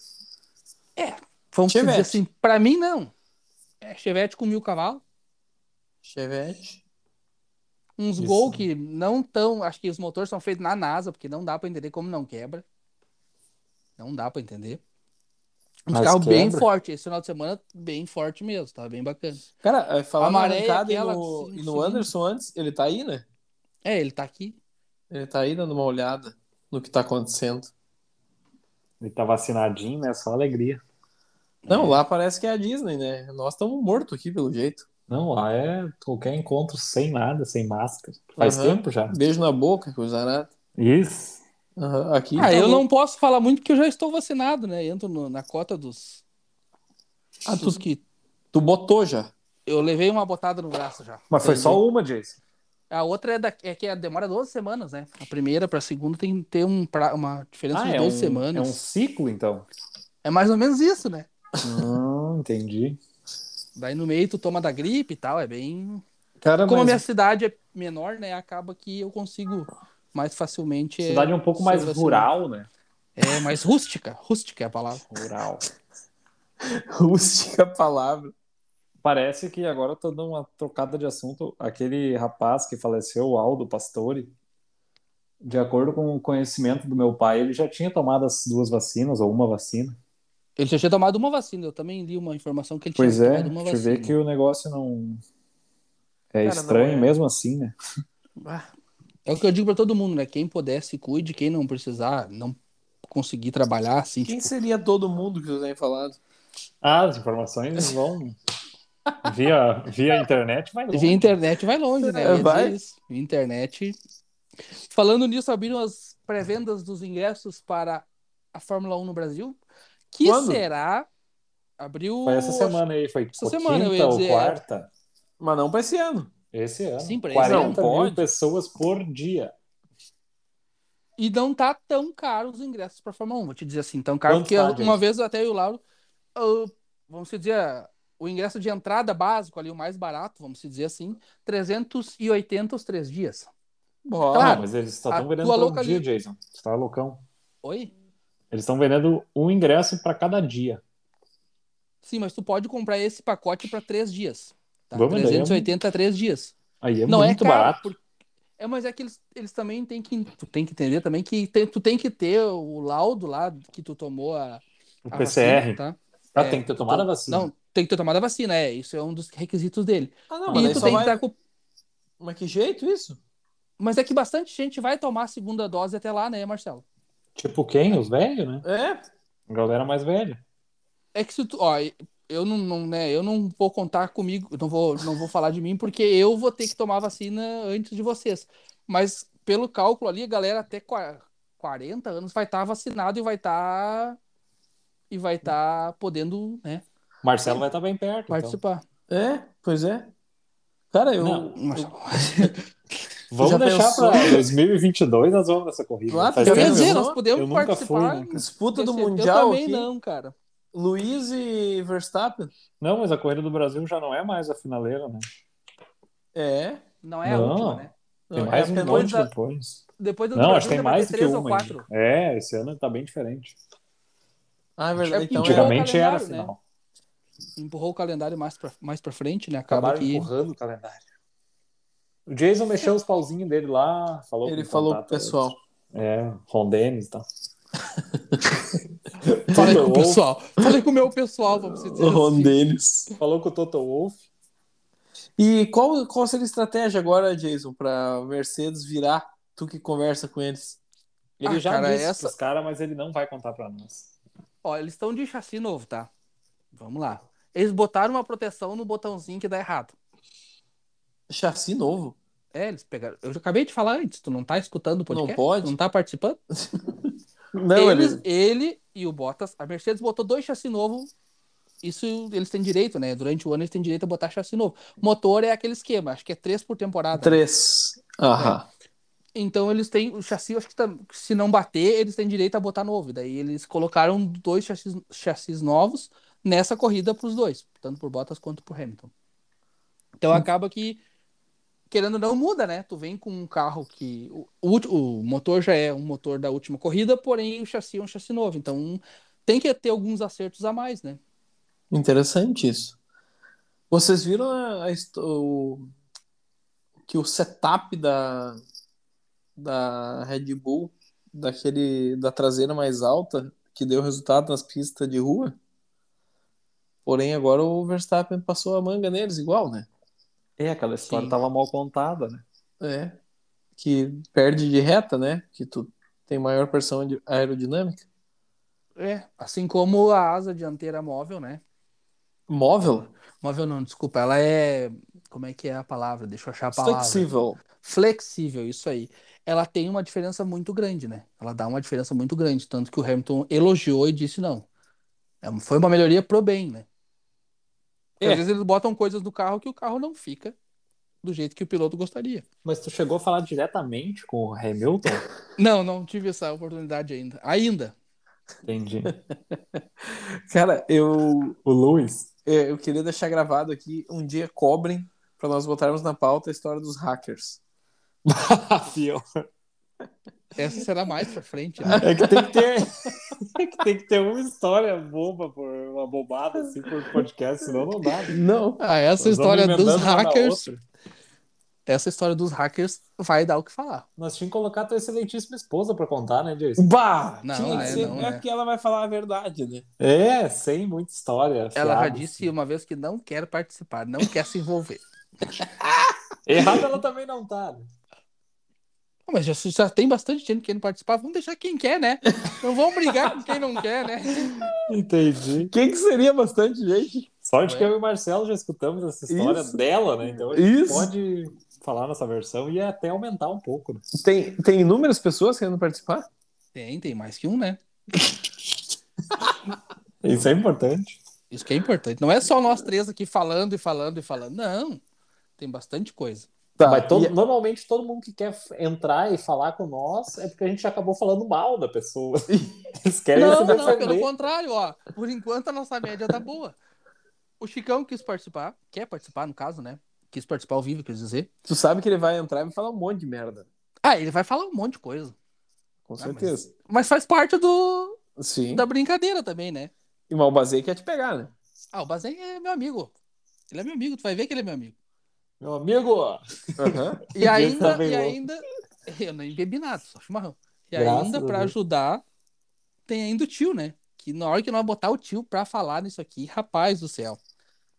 B: Vamos dizer
C: Chevette.
B: assim, pra mim não. É Chevette com mil cavalos,
C: Chevette.
B: uns
A: Isso.
B: Gol que não tão. Acho que os motores são feitos na NASA, porque não dá pra entender como não quebra. Não dá pra entender. Um
A: Mas
B: carro bem
A: quebra?
B: forte, esse final de semana, bem forte mesmo, tá bem bacana.
C: Cara, é, falando
B: A maré é
C: na arrancada e
B: aquela
C: no,
B: que se-
C: e no Anderson antes, ele tá aí, né?
B: É, ele tá aqui.
C: Ele tá aí dando uma olhada no que tá acontecendo.
A: Ele tá vacinadinho, né? Só alegria.
C: Não, lá parece que é a Disney, né? Nós estamos mortos aqui, pelo jeito.
A: Não, lá é qualquer encontro sem nada, sem máscara. Faz
C: Aham.
A: tempo já.
C: Beijo na boca, coisa nada.
A: Isso.
C: Aham, Aqui.
B: Ah,
A: Então,
C: tá
B: eu
C: louco.
B: não posso falar muito porque eu já estou vacinado, né? Entro no- na cota dos.
C: Ah, tu,
B: dos que.
C: tu botou já.
B: Eu levei uma botada no braço já.
A: Mas foi
C: Entendi.
A: só uma, Jason.
B: A outra é, da, é que é- demora 12 semanas, né? A primeira para a segunda tem que ter um, pra- uma diferença
A: Ah,
B: de
A: é um,
B: 12
A: é um
B: semanas.
A: ciclo, então.
B: É, mais ou menos isso, né?
A: Ah, entendi.
B: Daí no meio tu toma da gripe e tal, é bem.
A: Cara,
B: Como a
A: mas
B: minha cidade é menor, né? Acaba que eu consigo mais facilmente. é,
A: cidade é um pouco mais
B: ser vacinado.
A: rural, né?
B: É mais rústica. Rústica é a palavra.
A: Rural.
B: é
C: Rústica palavra.
A: Parece que agora eu tô dando uma trocada de assunto. Aquele rapaz que faleceu, o Aldo Pastore, de acordo com o conhecimento do meu pai, ele já tinha tomado as duas vacinas, ou uma vacina.
B: Ele já tinha tomado uma vacina, eu também li uma informação que ele
A: Pois
B: tinha
A: é,
B: tomado uma
A: deixa eu
B: vacina.
A: ver que o negócio não. É
C: não
A: estranho
C: é.
A: mesmo assim, né?
B: Ah, É o que eu digo pra todo mundo, né? Quem puder se cuide, quem não precisar, não conseguir trabalhar, assim,
C: Quem
B: tipo,
C: seria todo mundo que tu tem falado?
A: Ah, as informações vão. via, via internet vai longe.
B: tipo,
A: É,
B: via internet vai longe, né? Eu ia dizer
C: Vai.
B: isso. Via internet. Falando nisso, abriram as pré-vendas dos ingressos para a Fórmula 1 no Brasil, que
C: Quando?
B: será abriu
A: Foi essa semana aí, foi
B: Essa
A: co-
B: semana, eu ia
A: quinta ou
B: dizer, é.
A: quarta?
C: Mas não pra esse ano.
A: Esse ano.
B: Sim, pra esse
A: 40
C: ano.
A: mil
C: Pode.
A: pessoas por dia.
B: E não tá tão caro os ingressos para Fórmula 1, vou te dizer assim, tão caro,
A: Quanto
B: porque
A: tá,
B: uma
A: gente?
B: vez até eu e o Lauro, ah, vamos se dizer, o ingresso de entrada básico ali, o mais barato, vamos se dizer assim, 380 os três dias.
C: Bora.
B: Claro.
A: Não, Ah, mas eles
B: A
A: só estão vendendo
B: tua
A: todo
B: loca
A: dia,
B: ali-
A: Jason. Você tá loucão.
B: Oi?
A: Eles estão vendendo um ingresso para cada dia.
B: Sim, mas tu pode comprar esse pacote para três dias. Tá?
A: Vamos daí,
B: 380 a três dias.
A: Aí é
B: não
A: muito
B: é caro,
A: barato.
B: porque- É, mas é que eles, eles também têm que. Tu tem que entender também que tem- tu tem que ter o laudo lá que tu tomou a,
A: O
B: a
A: PCR.
B: vacina, tá?
A: Ah,
B: É,
A: tem que ter
B: tu
A: tomado a
B: to-
A: vacina.
B: Não, tem que ter tomado a vacina, é. Isso é um dos requisitos dele.
C: Ah, não,
A: E
C: mas
B: e
C: daí
B: tu
C: só
B: tem
C: vai.
B: que estar com.
C: Mas que jeito isso?
B: Mas é que bastante gente vai tomar a segunda dose até lá, né, Marcelo?
A: Tipo quem? Os velhos, né?
C: É?
A: A galera mais velha.
B: É que se tu. Ó, eu não, não, né, eu não vou contar comigo, não vou, não vou falar de mim, porque eu vou ter que tomar a vacina antes de vocês. Mas pelo cálculo ali, a galera até qua- 40 anos vai estar vacinado e vai estar. e vai estar podendo, né,
A: Marcelo vai estar bem perto. então.
B: participar.
C: É? Pois é. Cara, eu.
A: Não.
B: Marcelo.
A: Vamos
C: Já
A: deixar
C: pensou?
A: para 2022 nós vamos nessa corrida.
C: Lá,
A: Faz
B: Eu
C: Eu
B: ia
A: tempo.
B: dizer,
C: não-
B: nós
A: eu
B: podemos
A: nunca
B: participar.
A: fui, né? nunca.
C: Disputa do
B: Esse-
C: Mundial.
B: Eu também
C: aqui.
B: não, cara.
C: Luiz e Verstappen?
A: Não, mas a corrida do Brasil já não é mais a finaleira, né?
C: É.
B: Não é a
A: Não.
B: última, né?
A: Tem
C: Não,
A: mais
C: é
A: um
C: apenas-
A: monte
B: da-
A: depois.
B: Depois do
A: Não,
B: Brasil
A: acho que tem
B: ainda vai
A: mais
B: ter
A: do que
B: três ou
A: uma. ainda.
B: quatro.
A: É, esse ano tá bem diferente.
C: Ah, é verdade.
B: É
C: Então
B: porque-
C: é.
A: Antigamente
B: é o
A: era a
B: calendário, né?
A: final.
B: Empurrou o calendário mais pra, mais pra frente, né? Acaba
A: Acabaram
B: que.
A: empurrando o calendário. O Jason mexeu os pauzinhos dele lá, falou
C: Ele
A: com o
C: falou pro
A: contato,
C: pessoal.
A: É, Ron Dennis e tal.
B: Falei com o
A: Wolff.
B: pessoal. Falei com o meu pessoal, vamos dizer assim.
A: Um
C: deles.
A: Falou com o Toto Wolff.
C: E qual, qual seria a estratégia agora, Jason, pra Mercedes virar? Tu que conversa com eles.
A: Ele
B: Ah,
A: já
B: cara,
A: disse
B: essa-
A: pros caras, mas ele não vai contar pra nós.
B: Ó, eles estão de chassi novo, tá? Vamos lá. Eles botaram uma proteção no botãozinho que dá errado.
C: Chassi novo.
B: É, eles pegaram. Eu acabei de falar antes, tu não tá escutando o podcast?
C: Não pode.
B: Tu não tá participando?
C: Não,
B: Eles-
C: ele-
B: Ele e o Bottas, a Mercedes botou dois chassi novo. Isso eles têm direito, né? Durante o ano eles têm direito a botar chassi novo. Motor é aquele esquema, acho que é três por temporada.
C: Três. Aham.
B: Então eles têm o chassi, eu acho que tá- se não bater, eles têm direito a botar novo. Daí eles colocaram dois chassis, chassis novos nessa corrida para os dois, tanto por Bottas quanto por Hamilton. Então acaba que querendo ou não muda, né? Tu vem com um carro que o, o ulti- o motor já é um motor da última corrida, porém o chassi é um chassi novo. Então tem que ter alguns acertos a mais, né?
C: Interessante isso. Vocês viram a- a hist- o- que o setup da, da Red Bull, daquele, da traseira mais alta, que deu resultado nas pistas de rua? Porém, agora o Verstappen passou a manga neles igual, né?
A: É, aquela história
B: Sim.
A: tava mal contada, né?
C: É. Que perde de reta, né? Que tu tem maior pressão de- aerodinâmica.
B: É, assim como a asa dianteira móvel, né?
C: Móvel?
B: Móvel não, desculpa, ela é. Como é que é a palavra? Deixa eu achar a palavra.
C: Flexível.
B: Flexível, isso aí. Ela tem uma diferença muito grande, né? Ela dá uma diferença muito grande, tanto que o Hamilton elogiou e disse não. É uma- Foi uma melhoria pro bem, né? Porque
C: É.
B: Às vezes eles botam coisas no carro que o carro não fica do jeito que o piloto gostaria.
A: Mas tu chegou a falar diretamente com o Hamilton?
B: Não, não tive essa oportunidade ainda. Ainda.
A: Entendi.
C: Cara, eu,
A: O Lewis.
C: É, eu queria deixar gravado aqui, um dia cobrem para nós botarmos na pauta a história dos hackers.
A: Pior.
B: Essa será mais pra frente. Né?
A: É que tem que ter, é que tem que ter uma história boba, por, uma bobada assim por podcast, senão não dá. né?
C: Não.
B: Ah, essa
A: Nós vamos
B: história dos
A: emendando uma na
B: hackers.
A: outra.
B: Essa história dos hackers vai dar o que falar.
A: Nós tínhamos que colocar a tua excelentíssima esposa pra contar, né, Jason?
C: Bah!
B: Não,
C: tinha que
B: é,
C: ser
B: não,
C: é
B: é.
C: porque ela vai falar a verdade, né?
A: É, sem muita história.
B: Ela já
A: fiado,
B: disse
A: assim.
B: uma vez que não quer participar, não quer se envolver.
A: Errada ela também não tá. né?
B: Não, mas já, já tem bastante gente querendo participar, vamos deixar quem quer, né? Não vamos brigar com quem não quer, né?
A: Entendi.
C: Quem que seria bastante gente?
A: Sorte
B: Ué.
A: que eu e o Marcelo já escutamos essa história
C: Isso.
A: dela, né? Então a gente
C: Isso.
A: pode falar nossa versão e até aumentar um pouco. Né?
C: Tem, tem inúmeras pessoas querendo participar?
B: Tem, tem mais que um, né?
A: Isso é importante.
B: Isso que é importante. Não é só nós três aqui falando e falando e falando. Não. Tem bastante coisa.
C: Tá,
A: Mas todo-
C: e-
A: normalmente todo mundo que quer f- entrar e falar com nós é porque a gente acabou falando mal da pessoa. Eles querem
B: não,
A: se
B: não,
A: defender.
B: pelo contrário, ó. Por enquanto a nossa média tá boa. O Chicão quis participar, quer participar, no caso, né? Quis participar ao vivo, quer dizer.
C: tu sabe que ele vai entrar e vai falar um monte de merda.
B: Ah, ele vai falar um monte de coisa.
C: Com
B: Ah, mas-
C: certeza.
B: Mas faz parte do
C: Sim.
B: da brincadeira também, né?
C: E o Malbazei quer te pegar, né?
B: Ah, o Bazen é meu amigo. Ele é meu amigo, tu vai ver que ele é meu amigo.
A: Meu amigo, ó,
C: Aham.
B: E ainda,
A: também
B: e
A: louco.
B: ainda. Eu nem bebi nada, só chimarrão. E
A: Graças
B: ainda,
A: a
B: pra
A: Deus.
B: ajudar, tem ainda o tio, né? Que na hora que nós botar o tio pra falar nisso aqui, rapaz do céu.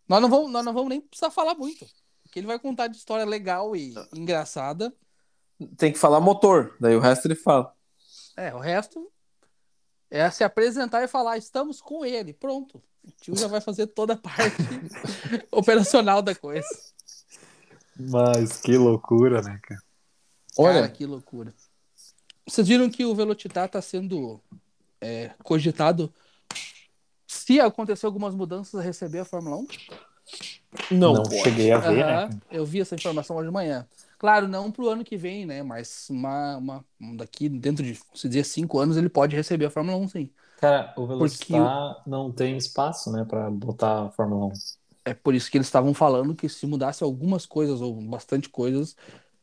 B: Nós não vamos, nós não vamos nem precisar falar muito. Porque ele vai contar de história legal e engraçada.
C: Tem que falar motor, daí o resto ele fala.
B: É, o resto é se apresentar e falar, estamos com ele. Pronto. O tio já vai fazer toda a parte operacional da coisa.
A: mas que loucura, né, cara?
B: Olha,
C: Olha,
B: que loucura. Vocês viram que o Velocitar está sendo é, cogitado se acontecer algumas mudanças a receber a Fórmula 1?
C: não,
A: não
C: pode.
A: cheguei a ver, né?
B: Aham, Eu vi essa informação hoje de manhã. Claro, não pro ano que vem, né? Mas uma, uma- um daqui dentro de, se dizer, cinco anos, ele pode receber a Fórmula 1, sim.
A: Cara, o
B: Velocitar
A: Velocitar não tem espaço, né, pra botar a Fórmula 1.
B: É por isso que eles estavam falando que se mudasse algumas coisas, ou bastante coisas,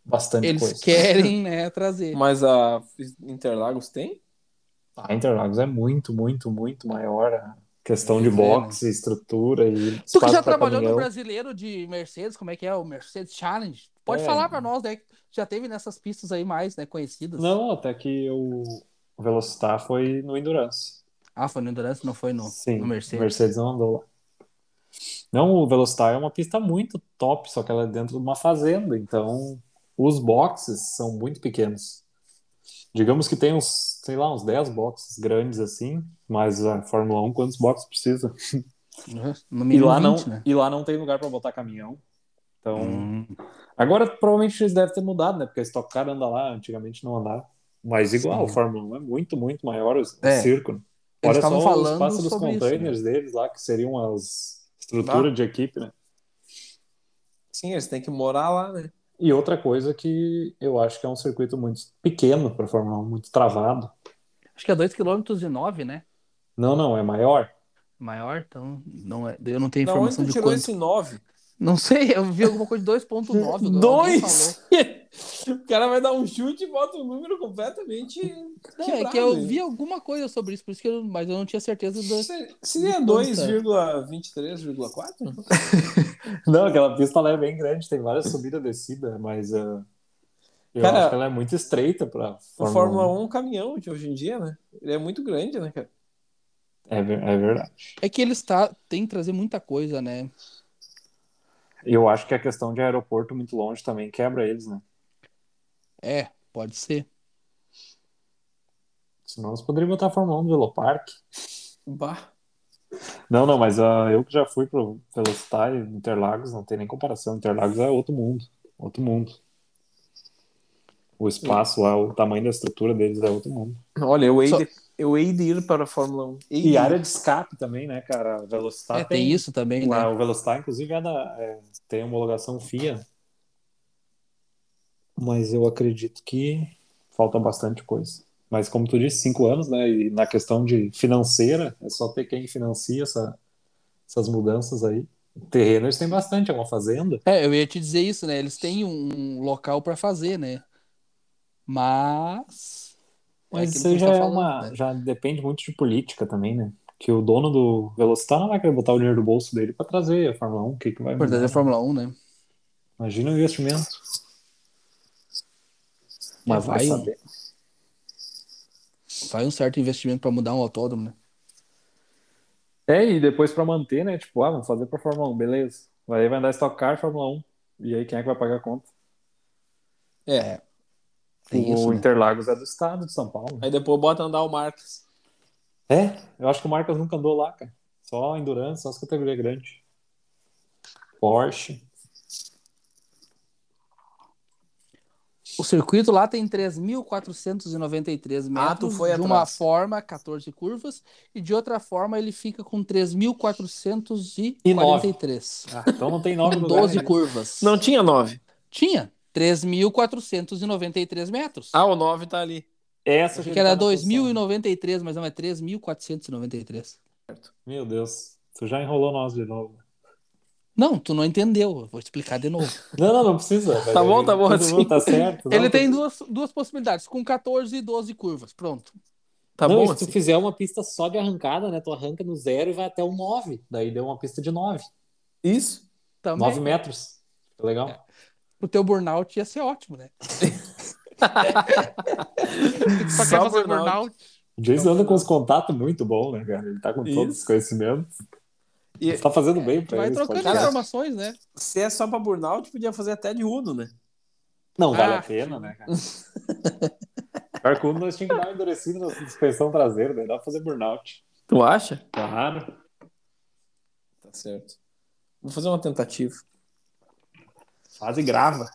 A: Bastante
B: eles
A: coisa.
B: querem né, trazer.
C: Mas a Interlagos tem?
A: A Interlagos é muito, muito, muito maior a questão de
B: É,
A: boxe, estrutura e
B: Tu que
A: espaço
B: já
A: pra
B: trabalhou
A: caminhão.
B: no brasileiro de Mercedes, como é que é o Mercedes Challenge? Pode
A: É.
B: falar pra nós, né? que Já teve nessas pistas aí mais, né, conhecidas.
A: Não, até que o Velocitar foi no Endurance.
B: Ah, foi no Endurance, não foi no,
A: Sim,
B: no Mercedes.
A: o Mercedes não andou lá. Não, o Velocitar é uma pista muito top, só que ela é dentro de uma fazenda, então os boxes são muito pequenos. Digamos que tem uns, sei lá, uns 10 boxes grandes assim, mas a Fórmula 1 quantos boxes precisa?
B: Uhum, No
A: E
B: mínimo
A: lá não,
B: 20, né?
A: e lá não tem lugar para botar caminhão. Então,
B: Hum,
A: agora provavelmente eles devem ter mudado, né? Porque a Stock Car anda lá, antigamente não andava. Mas igual, a
B: Sim.
A: Fórmula 1 é muito, muito maior o, o
B: É.
A: circo. né?
B: eles
A: Olha só
B: estavam
A: o
B: falando
A: espaço dos
B: sobre isso, né? Tá.
A: containers deles lá, que seriam as estruturas de equipe, né?
C: Sim, eles têm que morar lá, né?
A: E outra coisa que eu acho que é um circuito muito pequeno para Fórmula 1, muito travado.
B: né? Acho que é 2,9 km, né?
A: Não, não, é maior.
B: Maior, então não é, eu não tenho
C: Da onde
B: informação
C: tu
B: de
C: tirou
B: quanto.
C: esse 9?
B: Não sei, eu vi alguma coisa de 2,9. alguém falou.
C: Dois! o cara vai dar um chute e bota um número completamente.
B: Não, é
C: Quebrado, né?
B: que eu
C: hein?
B: vi alguma coisa sobre isso, por isso que eu, mas eu não tinha certeza do.
C: Seria 2,23,4?
A: Não, aquela pista lá é bem grande, tem várias subidas e descidas, mas ah, eu
C: Cara,
A: acho que ela é muito estreita para
C: O
A: Fórmula,
C: Fórmula 1 é um caminhão de hoje em dia, né? Ele é muito grande, né, cara?
A: 1. É, ver- é verdade.
B: É que eles tá, tem que trazer muita coisa, né?
A: Eu acho que a questão de aeroporto muito longe também quebra eles, né?
B: É, pode ser.
A: Senão eles poderiam botar a Fórmula 1 no Velopark.
C: Bah.
A: Não, não, mas ah, eu que já fui pro Velocitar e Interlagos, não tem nem comparação. Interlagos é outro mundo. Outro mundo. O espaço lá, o tamanho da estrutura deles é outro mundo.
C: Olha, eu hei,
B: Só-
C: de, eu hei de ir para a Fórmula 1. Hei de
A: E
C: ir.
A: área de escape também, né, cara? Velocitar
B: É, tem isso também, né?
A: lá, o Velocitar, inclusive, é da- é, tem homologação FIA. Mas eu acredito que falta bastante coisa. Mas como tu disse, cinco anos, né? E na questão de financeira, é só ter quem financia essa essas mudanças aí. Terreno eles têm bastante, é uma fazenda.
B: É, eu ia te dizer isso, né? Eles têm um local para fazer, né? Mas.
A: Mas
B: aquilo
A: isso
B: que
A: aí
B: a gente
A: já,
B: tá
A: é
B: falando,
A: uma,
B: né?
A: já depende muito de política também, né? Que o dono do Velocitar não vai querer botar o dinheiro do bolso dele para trazer a Fórmula 1. O que, que vai
B: Na verdade, é a
A: mudar?
B: Fórmula 1, né?
A: Imagina o investimento. Mas vai,
B: vai um-
A: saber.
B: Vai um certo investimento para mudar um autódromo, né?
A: É, e depois para manter, né? Tipo, ah, vamos fazer pra Fórmula 1, beleza. Aí vai andar Stock Car, Fórmula 1. E aí quem é que vai pagar a conta?
B: É. Tem
A: o
B: isso, né?
A: Interlagos é do estado de São Paulo.
C: Aí depois bota andar o Marcos.
A: É, eu acho que o Marcos nunca andou lá, cara. Só Endurance, só as categorias grandes. Porsche.
B: O circuito lá tem 3.493 metros.
C: Ah, tu foi
B: de uma
C: atrás.
B: forma, 14 curvas, e de outra forma ele fica com 3.443.
A: E nove. Ah, então não tem nome
B: Com
A: no
B: 12
A: 12
B: curvas.
C: Não tinha nove.
B: Tinha 3.493 metros.
C: Ah, o nove tá ali.
A: Essa
B: Achei
A: ele
B: que era
A: tá na
B: 2.093, mas não, é 3.493.
A: posição. Meu Deus, tu já enrolou nós de novo.
B: Não, tu não entendeu. Eu Vou explicar de novo.
A: Não, não, não precisa.
C: Tá bom, tá bom,
A: Todo
C: assim.
A: mundo Tá certo.
B: Ele
A: não,
B: tem duas, duas possibilidades, com 14 e 12 curvas. Pronto.
C: Tá
A: não,
C: bom?
A: e se tu
C: assim?
A: fizer uma pista só de arrancada, né? Tu arranca no zero e vai até o 9. Daí deu uma pista de 9.
C: Isso.
B: Também.
A: 9 metros. Tá Legal.
C: É.
B: O teu burnout ia ser ótimo, né? Só quer
C: Só
B: fazer
C: burnout.
B: burnout.
A: O Jason anda com os contatos muito bom, né, cara? Ele tá com todos
C: Então, é. Isso.
A: os conhecimentos.
C: E- é,
A: Ele tá fazendo bem
B: Tu
A: pra
B: vai
A: ele. esse
B: trocando
A: podcast.
B: informações, né?
C: Se é só pra burnout, podia fazer até de Uno, né?
A: Não vale
B: Ah.
A: a pena, né, cara? Pior que o Uno, nós tínhamos que dar uma endurecida na suspensão traseira, né? Dá pra fazer burnout.
C: Tu acha?
A: Tá raro.
C: Tá certo. Vou fazer um uma tentativa.
A: Faz e grava.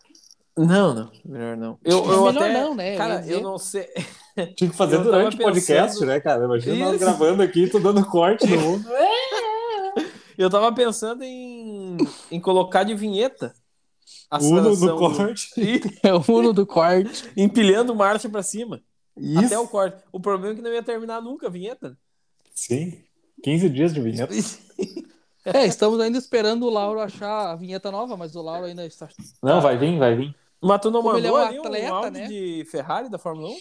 C: Não, não. Melhor não. Eu,
B: É
C: eu
B: melhor
C: até...
B: não, né? Eu ia
C: Cara,
B: dizer.
C: eu não sei.
A: Tinha que fazer
C: Eu tava
A: durante o podcast,
C: pensando-
A: né, cara? Imagina nós
C: Isso.
A: gravando aqui, tu dando corte no Uno.
C: Eu tava pensando em, em colocar de vinheta. a
A: Uno
C: aceleração
A: no
C: do-
A: corte.
C: E
B: É o uno do corte.
C: empilhando marcha pra cima.
A: Isso.
C: Até o corte. O problema é que não ia terminar nunca a vinheta.
A: Sim. 15 dias de vinheta.
B: É, estamos ainda esperando o Lauro achar a vinheta nova, mas o Lauro ainda está.
A: Não, vai vir, vai vir.
C: Mas tu não
B: Como ele é
C: mandou
B: um
C: ali um
B: atleta,
C: áudio
B: né?
C: de Ferrari da Fórmula 1?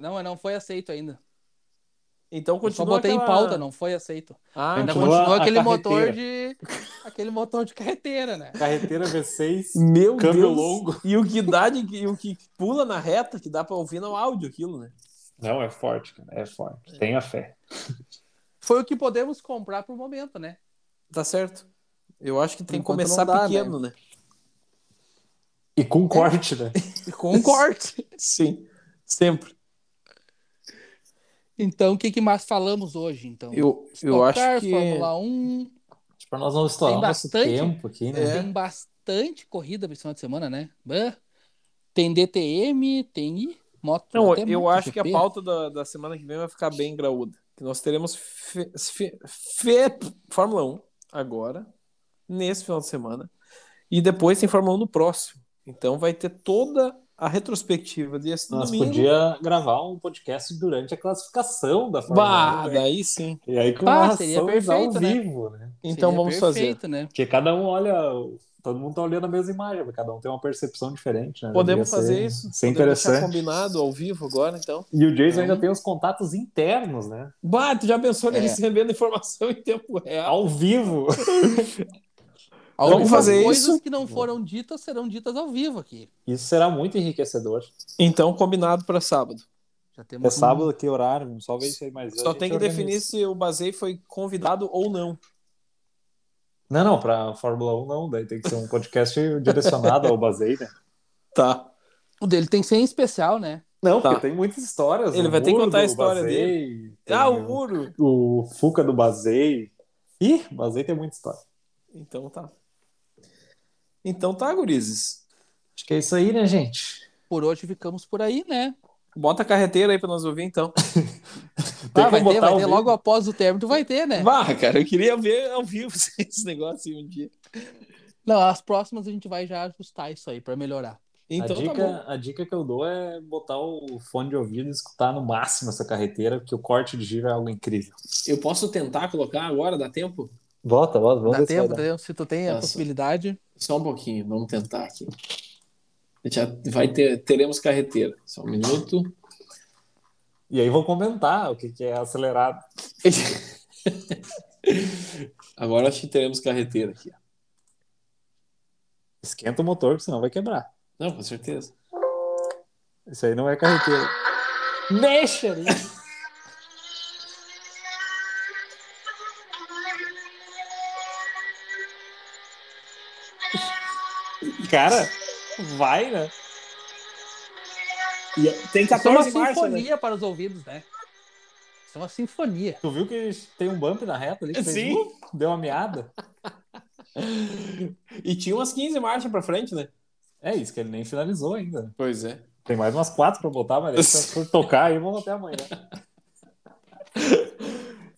B: Não, mas não foi aceito ainda.
C: Então
B: Eu só
C: continua
B: botei em
C: aquela-
B: pauta, não foi aceito.
C: Ah,
B: Ainda
A: Continua
B: continua
A: a
B: aquele motor
A: carreteira.
B: de. aquele motor de carreteira, né?
A: Carreteira V6.
C: Meu
A: Câmbio
C: Deus.
A: longo.
C: E o que dá de- e o que pula na reta, que dá pra ouvir no áudio aquilo, né?
A: Não, é forte, cara. É forte. Tenha fé.
B: Foi o que podemos comprar pro momento, né?
C: Tá certo. Eu acho que tem que
B: Enquanto
C: começar
B: não dá,
C: pequeno, né?
A: E com corte, né?
B: E com um corte.
C: Sim. Sempre.
B: Então, o que, que mais falamos hoje, então?
C: Eu, eu
B: Stock
C: acho
B: Car,
C: que.
B: Fórmula 1,
A: Tipo, nós vamos estourar
B: Tem
A: o nosso
B: bastante. É.
A: tempo aqui, né?
C: É.
B: tem bastante corrida pra esse final de semana, né? Bah. Tem DTM, tem Ih, moto.
C: Não,
B: até
C: eu acho que a
B: MotoGP.
C: pauta da, da semana que vem vai ficar bem graúda. Que nós teremos fe- fe- fe- Fórmula 1 agora, nesse final de semana. E depois tem Fórmula 1 no próximo. Então vai ter toda a retrospectiva desse
A: Nós
C: domingo.
A: podíamos gravar um podcast durante a classificação da Fórmula
C: Bah,
A: 1. né?
C: daí sim.
A: E aí com
B: Bah,
A: narração
B: seria
A: ao
B: perfeito, né?
A: vivo, né?
C: Então
B: Seria
C: vamos fazer.
B: perfeito, né?
A: Porque cada um olha, todo mundo tá olhando a mesma imagem, mas cada um tem uma percepção diferente, né?
C: Podemos
A: Deveria ser-
C: fazer
A: Ser
C: isso. Podemos deixar
A: interessante.
C: combinado ao vivo agora, então.
A: E o Jason
B: Então-
A: ainda tem os contatos internos, né?
C: Bah, tu já pensou ele
B: É.
C: recebendo informação em tempo real?
A: Ao vivo.
B: Ao
C: Vamos
B: vivo,
C: fazer
B: coisas
C: isso?
B: que não foram ditas serão ditas ao vivo aqui.
A: Isso será muito enriquecedor.
C: Então, combinado para sábado.
B: Já temos
A: É
B: um-
A: sábado, que horário? Só ver isso aí mais
C: Só tem que definir se o Basei foi convidado ou não.
A: Não, não, pra Fórmula 1 não, daí tem que ser um podcast direcionado ao Basei, né?
C: Tá.
B: O dele tem que ser em especial, né?
A: Não,
C: Tá.
A: porque tem muitas histórias.
C: Ele
A: O
C: vai ter que
A: muro
C: contar a
A: do
C: história
A: Bazei, tem
C: Ah, o
A: o,
C: muro!
A: o Fuca do Bazei. Ih, Bazei tem muita história.
C: Então tá. Então tá, gurizes.
A: Acho que é isso aí, né, gente?
B: Por hoje ficamos por aí, né?
C: Bota a carreteira aí pra nós ouvir, então.
A: Tem
B: ah,
A: que
B: vai ter,
A: botar
B: vai
A: ao
B: ter.
A: vivo.
B: Logo após o término, tu vai ter, né?
C: Bah, cara, eu queria ver ao vivo esse negócio aí um dia.
B: Não, as próximas a gente vai já ajustar isso aí pra melhorar.
C: Então
A: a, dica,
C: tá bom.
A: a dica que eu dou é botar o fone de ouvido e escutar no máximo essa carreteira, porque o corte de giro é algo incrível.
C: Eu posso tentar colocar agora, dá tempo?
A: Bota, bota, vamos
B: Dá
A: ver se vai
B: tempo,
A: dar.
B: entendeu? Se tu tem a
C: Nossa.
B: possibilidade.
C: Só um pouquinho, vamos tentar aqui. Já vai ter, teremos carreteira. Só um minuto.
A: E aí vou comentar o que, que é acelerado.
C: Agora acho que teremos carreteira aqui. ó.
A: Esquenta o motor, porque senão vai quebrar.
C: Não, com certeza.
A: Isso aí não é carreteira.
B: Deixa!
A: Cara, vai, né?
C: tem
B: Isso é uma sinfonia para os ouvidos, né? Isso é uma sinfonia.
A: Tu viu que tem um bump na reta ali? Que fez,
C: Sim.
A: uh, Deu uma meada.
C: né? E tinha umas 15 marchas pra frente, né?
A: É isso, que ele nem finalizou ainda.
C: Pois é.
A: Tem mais umas quatro pra botar, mas deixa por tocar aí, vamos até amanhã.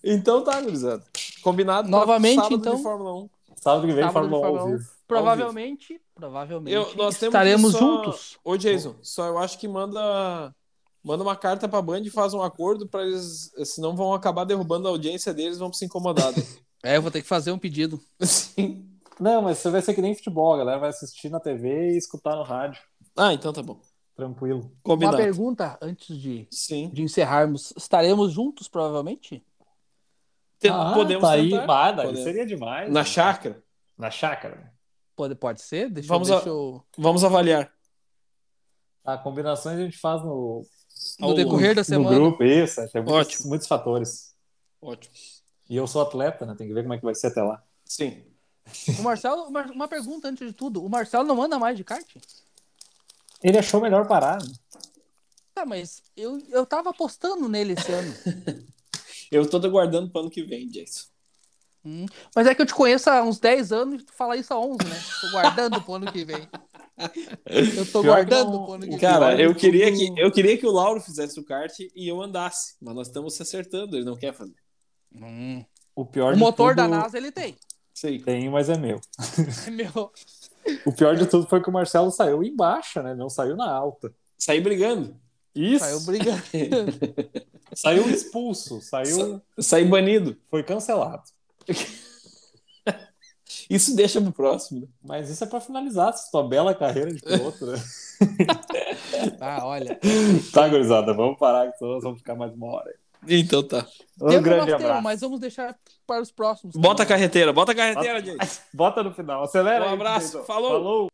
C: Então tá, gurizada. Combinado. pra
B: Novamente,
C: sábado
B: então.
C: de Fórmula 1.
A: Sábado que vem,
B: Sábado de
A: Fórmula 1 ao
B: Fórmula 1.
A: vivo.
B: Provavelmente, provavelmente
C: Eu- nós temos
B: estaremos
C: que só-
B: juntos.
C: Ô, Jason, só eu acho que manda manda uma carta pra Band e faz um acordo pra eles, senão vão acabar derrubando a audiência deles, vão se incomodar. né?
B: É, eu vou ter que fazer um pedido.
C: Sim.
A: Não, mas isso vai ser que nem futebol, a galera vai assistir na TV e escutar no rádio.
C: Ah, então tá bom.
A: Tranquilo.
C: Combinado.
B: Uma pergunta antes de,
C: Sim.
B: de encerrarmos. Estaremos juntos, provavelmente?
A: Ah,
C: Podemos
A: tá aí,
C: tentar.
A: bah, daí
C: Podemos.
A: seria demais.
C: Na chácara.
A: Na chácara.
B: Pode, pode ser? Deixa,
C: Vamos
B: eu,
C: a-
B: deixa eu-
C: Vamos avaliar.
A: A combinações a gente faz no,
B: No
C: Ao-
B: decorrer da
A: no
B: semana.
A: grupo, isso. é, Tem muitos,
C: Ótimo.
A: muitos fatores.
C: Ótimo.
A: E eu sou atleta, né? Tem que ver como é que vai ser até lá.
C: Sim.
B: O Marcelo, uma, uma pergunta antes de tudo. O Marcelo não anda mais de kart?
A: Ele achou melhor parar. né?
B: Tá, mas eu, eu tava apostando nele esse ano.
C: Eu tô aguardando pro ano que vem, Jason.
B: Hum, Mas é que eu te conheço há uns 10 anos e tu fala isso há 11, né? Tô guardando pro ano que vem. Eu
A: Pior
B: tô
A: que
B: guardando
A: não-
B: pro ano que vem.
C: Cara,
A: Olha,
C: eu queria,
A: tudo-
C: que, eu queria que o Lauro fizesse o kart e eu andasse, mas nós estamos se acertando, ele não quer fazer.
B: Hum.
A: O pior
B: O
A: de tudo-
B: motor da NASA ele tem.
C: Sei.
A: Tem, mas é meu.
B: Meu,
A: O pior de tudo foi que o Marcelo saiu em baixa, né? Não saiu na alta.
C: Saí brigando,
A: Isso.
B: saiu brigando.
A: Saiu expulso. Saiu.
C: saí banido.
A: Foi cancelado.
C: Isso deixa pro próximo. né?
A: Mas isso é pra finalizar essa sua bela carreira de piloto, né?
B: Ah, olha.
A: tá, gurizada, vamos parar que senão nós vamos ficar mais uma hora.
C: Então tá.
A: Um
B: Tempo nós
A: grande
B: temos,
A: abraço.
B: mas vamos deixar para os próximos.
C: Bota a carreteira, bota a carreteira, Jason.
A: Bota no final, acelera.
C: Um
A: aí,
C: abraço,
A: Jason.
C: falou.
A: Falou.